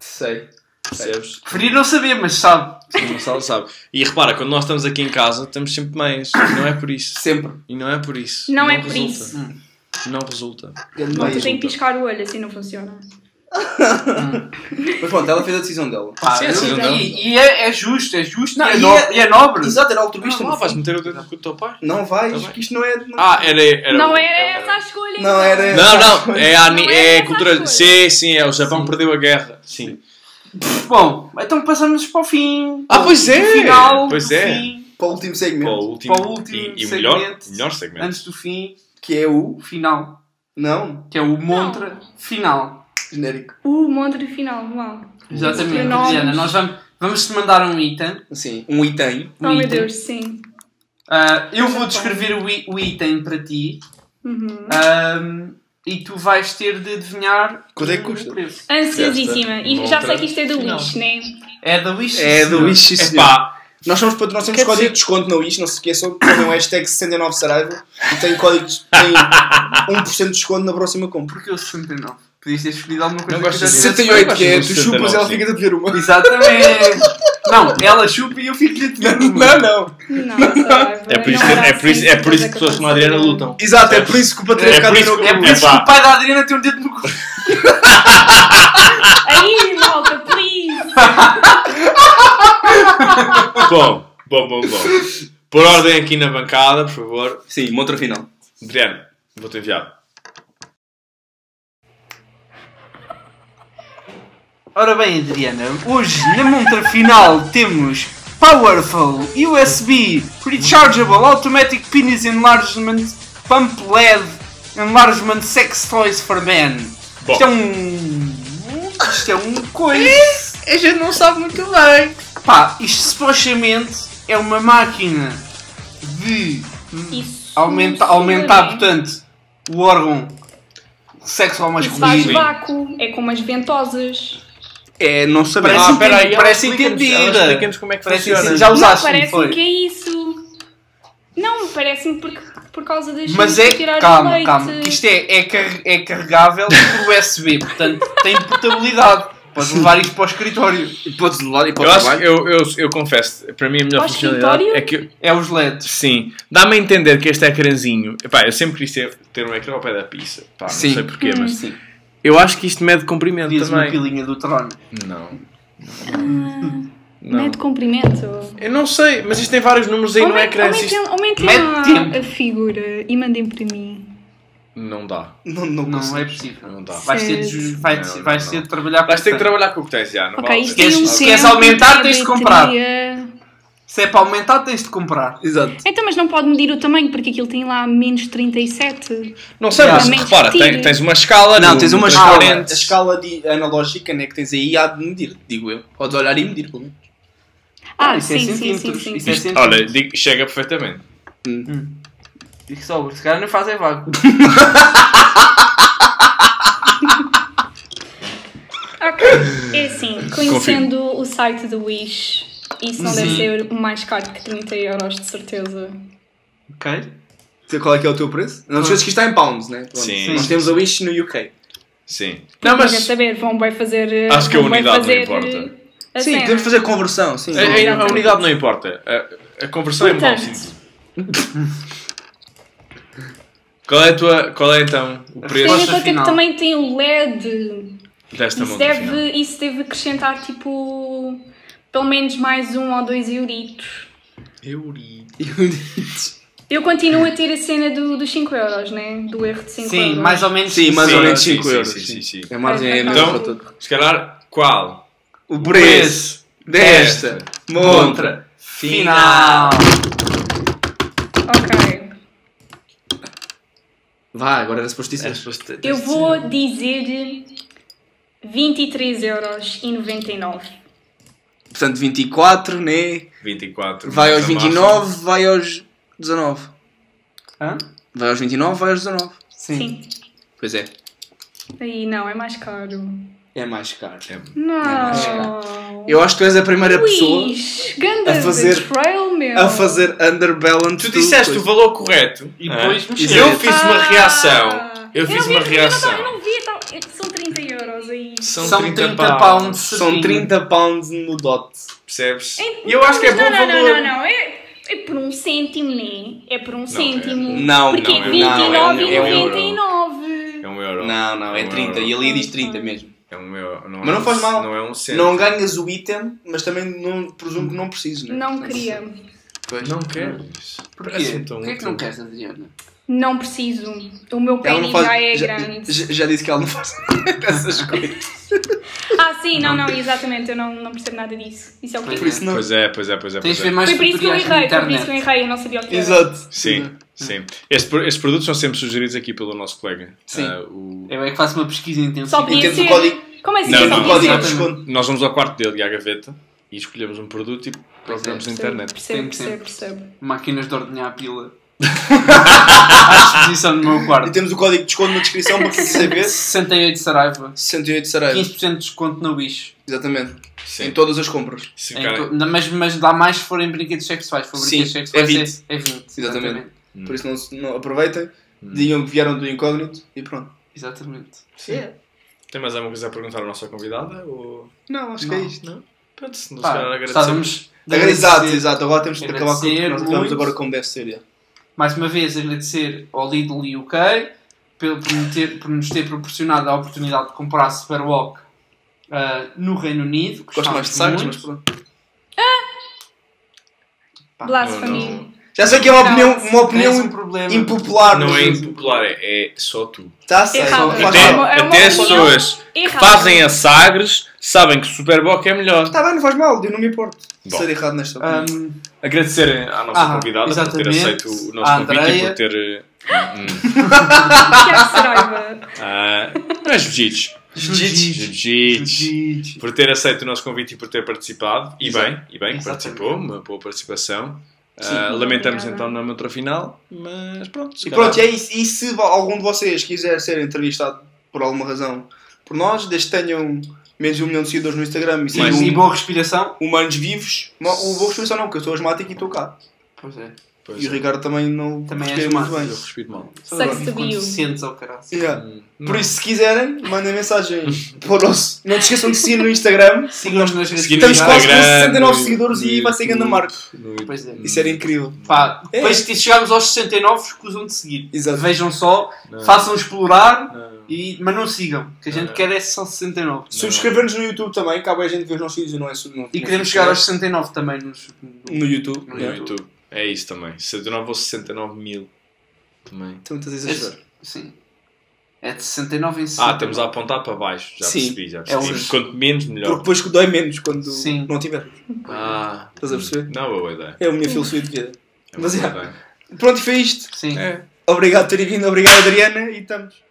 Sei. Percebes? Preferia não saber, mas sabe. O Gonçalo sabe. E repara, quando nós estamos aqui em casa, estamos sempre meias. E não é por isso. Sempre. E não é por isso. Não E é por resulta. isso. Não resulta. Grande Não, meia. tu tens que piscar o olho, assim não funciona. Mas pronto, ela fez a decisão dela. Pá, Sim, eu- sim, não. e e é, é justo, é justo Não, e, é e no- é- e é nobre. Exato, era Viste, altruísta. não no Ah, vais fundo. meter o dedo no cu do teu pai? Ah, Não vais, Tá bem. que isto não é. Não, Ah, era. era não era essa a escolha. Não era- Não, não, é a, Não ni- é é a essa a cultura. coisa. Sim, sim, é o Japão Sim. perdeu a guerra. Sim. Bom, então passamos para o fim. Ah, pois é! Do final, Pois do é. fim, Para o último Para segmento, o último, Para o último e, e o segmento. melhor, melhor segmento. antes do fim, que é o. o final. Não, Que é o Montra final. genérico. O monte do final, uau. Exatamente. Montra. Diana, nós vamos, vamos te mandar um item. Assim, um item. Oh Um meu item. Deus, Tá sim. Ah, eu vou descrever o, i- o item para ti Uhum. Ah, ahm, e tu vais ter de adivinhar Quanto é que o custa? preço. Ansiosíssima. E já Montra. sei que isto é do Wish, <laughs> né? É da Wish. É senhor. do Wish, sim, senhor. Epá, Nós, somos, patro- nós temos Quer código dizer- de desconto na Wish, não se esqueçam. Põem o um hashtag 69 Saraiva e tem código de tem 1% de desconto na próxima compra. Porque é eu 69. Podias ter escolhido alguma coisa. Não que gosto eu já de tivesse 68, que é tu 69, chupas, ela sim. fica a dever uma. Exatamente! não, ela chupa e eu fico de Não, não. Não, Saraiva, é por isso, não era é por isso, assim é por isso coisa que pessoas como a eu Adriana fazia. lutam. Exato, é por isso que o patriarcado É por isso não- É por isso que Epá. o pai da Adriana tem um dedo no cu. Aí, malta, please! Bom, bom, bom, bom. Por ordem aqui na bancada, por favor. Sim, montra final. Adriano, vou-te enviar. Ora bem, Adriana, hoje na montra final temos Powerful USB Rechargeable Automatic Penis Enlargement Pump LED Enlargement Sex Toys for Men. Bom. Isto é um. Isto é um coisa. A gente não sabe muito bem. Pá, isto supostamente é uma máquina de Isso. aumenta, não aumentar, segura, né? portanto, o órgão sexual Isso faz masculino. vácuo, é como as ventosas. É, não sabemos. Parece- Ah, pera- aí, parece entendida. como é que Parece que já Não, usaste, não parece foi? que é isso. Não, parece-me porque por causa das Mas gente é, tirar o calma, leite. calma, que isto é, é, car- é carregável por USB, portanto tem portabilidade. Podes levar isto para o escritório. Podes levar e Eu, podes acho, levar. eu, eu, eu confesso, para mim a melhor Ao funcionalidade escritório? é que. É os LEDs. Sim, dá-me a entender que este é ecrãzinho. Epá, eu sempre quis ter, ter um ecrã ao pé da pizza. Pá, não Sim. sei porquê, Hum. mas. Sim. Eu acho que isto mede comprimento Dias uma também. pilinha do trono. Não. Não é Não. de comprimento. Eu não sei, mas isto tem vários números aí no Aumentem- ecrã. se aumentem- Isto... Aumentem é Mete lá tempo. a figura e mandem para mim. Não dá. Não, não, Não consigo. é possível. Não dá. Vais ter de, ju- vai, Não, não, vais não. ter de trabalhar Vais ter que tanto. trabalhar com o que tens Ah, já, não ok, vale a isto pena. tem um Se queres tempo, aumentar, tem a tens de comprar. bateria. Se é para aumentar, tens de comprar. Exato. Então, mas não pode medir o tamanho, porque aquilo tem lá menos 37. Não sei, mas Realmente repara, sim. tem- Ah, tens uma escala. Não, no- tens uma no escala. A transparente. escala de analógica né, que tens aí há de medir, digo eu. Podes olhar e medir, pelo menos. Ah, isso é sim, sim, sim, centímetros, sim. isso é Isto, centímetros. olha, digo- chega perfeitamente. E que sobra, se calhar não fazem vago. Ok, é assim, conhecendo o site do Wish, Isso não deve Sim. ser mais caro que 30 euros, de certeza. Ok? Sei Qual é que é o teu preço? Não te esqueças que isto está em pounds, né? Pronto. Sim. Nós temos a Wish no UK. Sim. Não, Quer mas saber, vão bem fazer. eh, Acho que a vão bem unidade não fazer, importa. eh, <laughs> a sim, cena. podemos fazer conversão, sim. A, a- a Exatamente. unidade não importa. A, a conversão é mal Portanto. simples. Qual é, a tua, qual é então o Tendo em preço Resposta conta que final. também tem o LED. desta Isso monta final? deve, isso deve acrescentar tipo. Pelo menos mais um ou dois euritos. Eu continuo a ter a cena do, dos 5 euros, né? Do erro de 5 sim, euros. mais ou menos. Sim, mais Sim, ou menos sim, 5 sim, euros. sim, sim, sim. A margem é a mesma Então- para tudo. Se calhar, qual? O preço é. desta montra Contra. Final. Ok. Vá, agora era suposto dizer. Eu vou dizer 23 euros e 99. Portanto, 24, né? É. 24. Vai aos da massa. 29, vai aos 19. Hã? Vai aos 29, vai aos 19. Sim. Sim. Pois é. Aí não, é mais caro. É mais caro. Não. mais Eu acho que tu és a primeira pessoa Luís, ganda a fazer- de trail, meu. a fazer underbalance. Tu disseste o valor correto. E não é? depois mexer. eu fiz uma Ah. reação. Eu fiz não vi- uma não, reação. Eu não vi, então, é que são 30 euros aí. São 30 pounds. São 30 pounds no dot. Percebes? Então, E eu acho que é mas não, bom não, valor. Não, não, não, é, é por um cêntimo, né? É por um cêntimo. Não, Porque não, é- é não, é um- é um euro. 29,99. É um euro. Não, não, É é um 30. euro. E ali diz 30 mesmo. É um euro. Não Mas não é um- faz mal. Não é um cento. Não ganhas o item, mas também não, presumo que não preciso, né? Não queria. Pois. Não queres. Porquê? Porquê que não queres, Adriana? Não preciso. O meu Ela pênis não faz- já é já- grande. já- já disse que ela não faz <laughs> essas coisas. Ah, sim, não, não, exatamente. Eu não, não percebo nada disso. Isso é o quê? Por isso não. Pois é, pois é, pois é. Tens Pois de ver é. mais Foi por isso que eu tutoriais na errei, foi por isso que eu internet. errado, eu não sabia o que era. Exato. Sim, sim. Este pro- Estes produtos são sempre sugeridos aqui pelo nosso colega. Sim. Ah, o- Eu é que faço uma pesquisa intensiva. Só podia Entendo o ser. código. Como assim? Não, só não, podia Código de ser? desconto. Nós vamos ao quarto dele e à gaveta e escolhemos um produto e é, procuramos na internet. Percebo, Tem percebo, percebo. Máquinas de ordenhar a <laughs> pila. à disposição do meu E quarto. temos o código de desconto na descrição para quem quiser ver. 68 Saraiva. 68 Saraiva. 15% de desconto na Wish. Exatamente. Sim. Em todas as compras. Se Em ficarem- to- na- Mas, mas dá mais se forem brinquedos sexuais. Fabricas Sim, sexuais é 20. É, é 20. Exatamente. Por isso não, se- não aproveitem. Hum. Digam que vieram do incógnito e pronto. Exatamente. Tem mais alguma coisa a perguntar à nossa convidada? Ou... Não, acho que é isto, não? Pronto, se nos Pá, calhar agradecemos. estávamos de Exato, agradecer- exato. Agora temos que acabar com Agradecer nós acabamos muito. agora como deve ser. já. Mais uma vez agradecer ao Lidl e UK pelo, por, me ter- por nos ter proporcionado a oportunidade de comprar Superwalk ah, no Reino Unido. Gosto mais de Gostámos sacos, mas muito. pronto. Não, Blasfemia. Já sei que é uma Não, opinião, uma Tens um opinião problema. impopular. Não mas- é impopular, é, é só tu. Tá a ser. Errado. Faz É Até, mal. uma- é uma até as opinião pessoas que errada. fazem a Sagres sabem que o Superboc é melhor. Tá bem, não faz mal. Eu não me importo de Bom. ser errado nesta Ah, opinião. Agradecer à nossa Ah, convidada por ter exatamente. aceito o nosso À convite e Andreia. por ter. eh, hum, hum. Tiago Saraiva. Ah, mas Jiu-Jitsu. Jiu-Jitsu. Jiu-Jitsu. Jiu-jitsu. Por ter aceito o nosso convite e por ter participado. E bem, e bem, que Exatamente. participou. Uma boa participação. Ah, Sim. lamentamos Obrigada. então na outra final, mas pronto. se E calhar- pronto, e é isso. E se vo- algum de vocês quiser ser entrevistado por alguma razão por nós, desde que tenham menos de um milhão de seguidores no Instagram e Mas, sejam e boa respiração. um. humanos vivos, mo- o vou responder só não, porque eu sou asmático e estou cá. Pois é. Pois E o é, Ricardo também não Também é respira muito eu bem. asmático. respiro mal. Só Sucks vive to be quando you. te sentes ao caralho. Yeah. Não. Por isso, se quiserem, mandem mensagem <laughs> para o nosso. Não te esqueçam de seguir no Instagram. Sigam-nos nas redes Seguir no Estamos quase com Instagram, 69 no seguidores e YouTube, vai ser grande marca. no YouTube. Pois é. Isso era incrível. Pá, É. depois que chegarmos aos 69, escusam de seguir. Exato. Vejam só, Não. façam explorar, Não. e, mas não sigam. O que a gente Não. quer é só 69. Subscrever-nos no YouTube também, cá a gente vê os nossos vídeos e não é sub- não- E não queremos subscreve. chegar aos 69 também nos. no YouTube. No No yeah. YouTube. É isso também. 69 ou 69 mil. Também. Então, estás a exagerar. Sim. É de 69 em 60. Ah, estamos a apontar para baixo. Já Sim. percebi, já É um- percebi. Quanto menos, Porque melhor. depois que dói menos quando Sim. não tiver. Ah, Estás a perceber? não é uma boa ideia. É a minha filosofia de vida. É uma Mas boa é. ideia. Pronto, e foi isto. Sim. É. Obrigado por terem vindo, obrigado Adriana e estamos.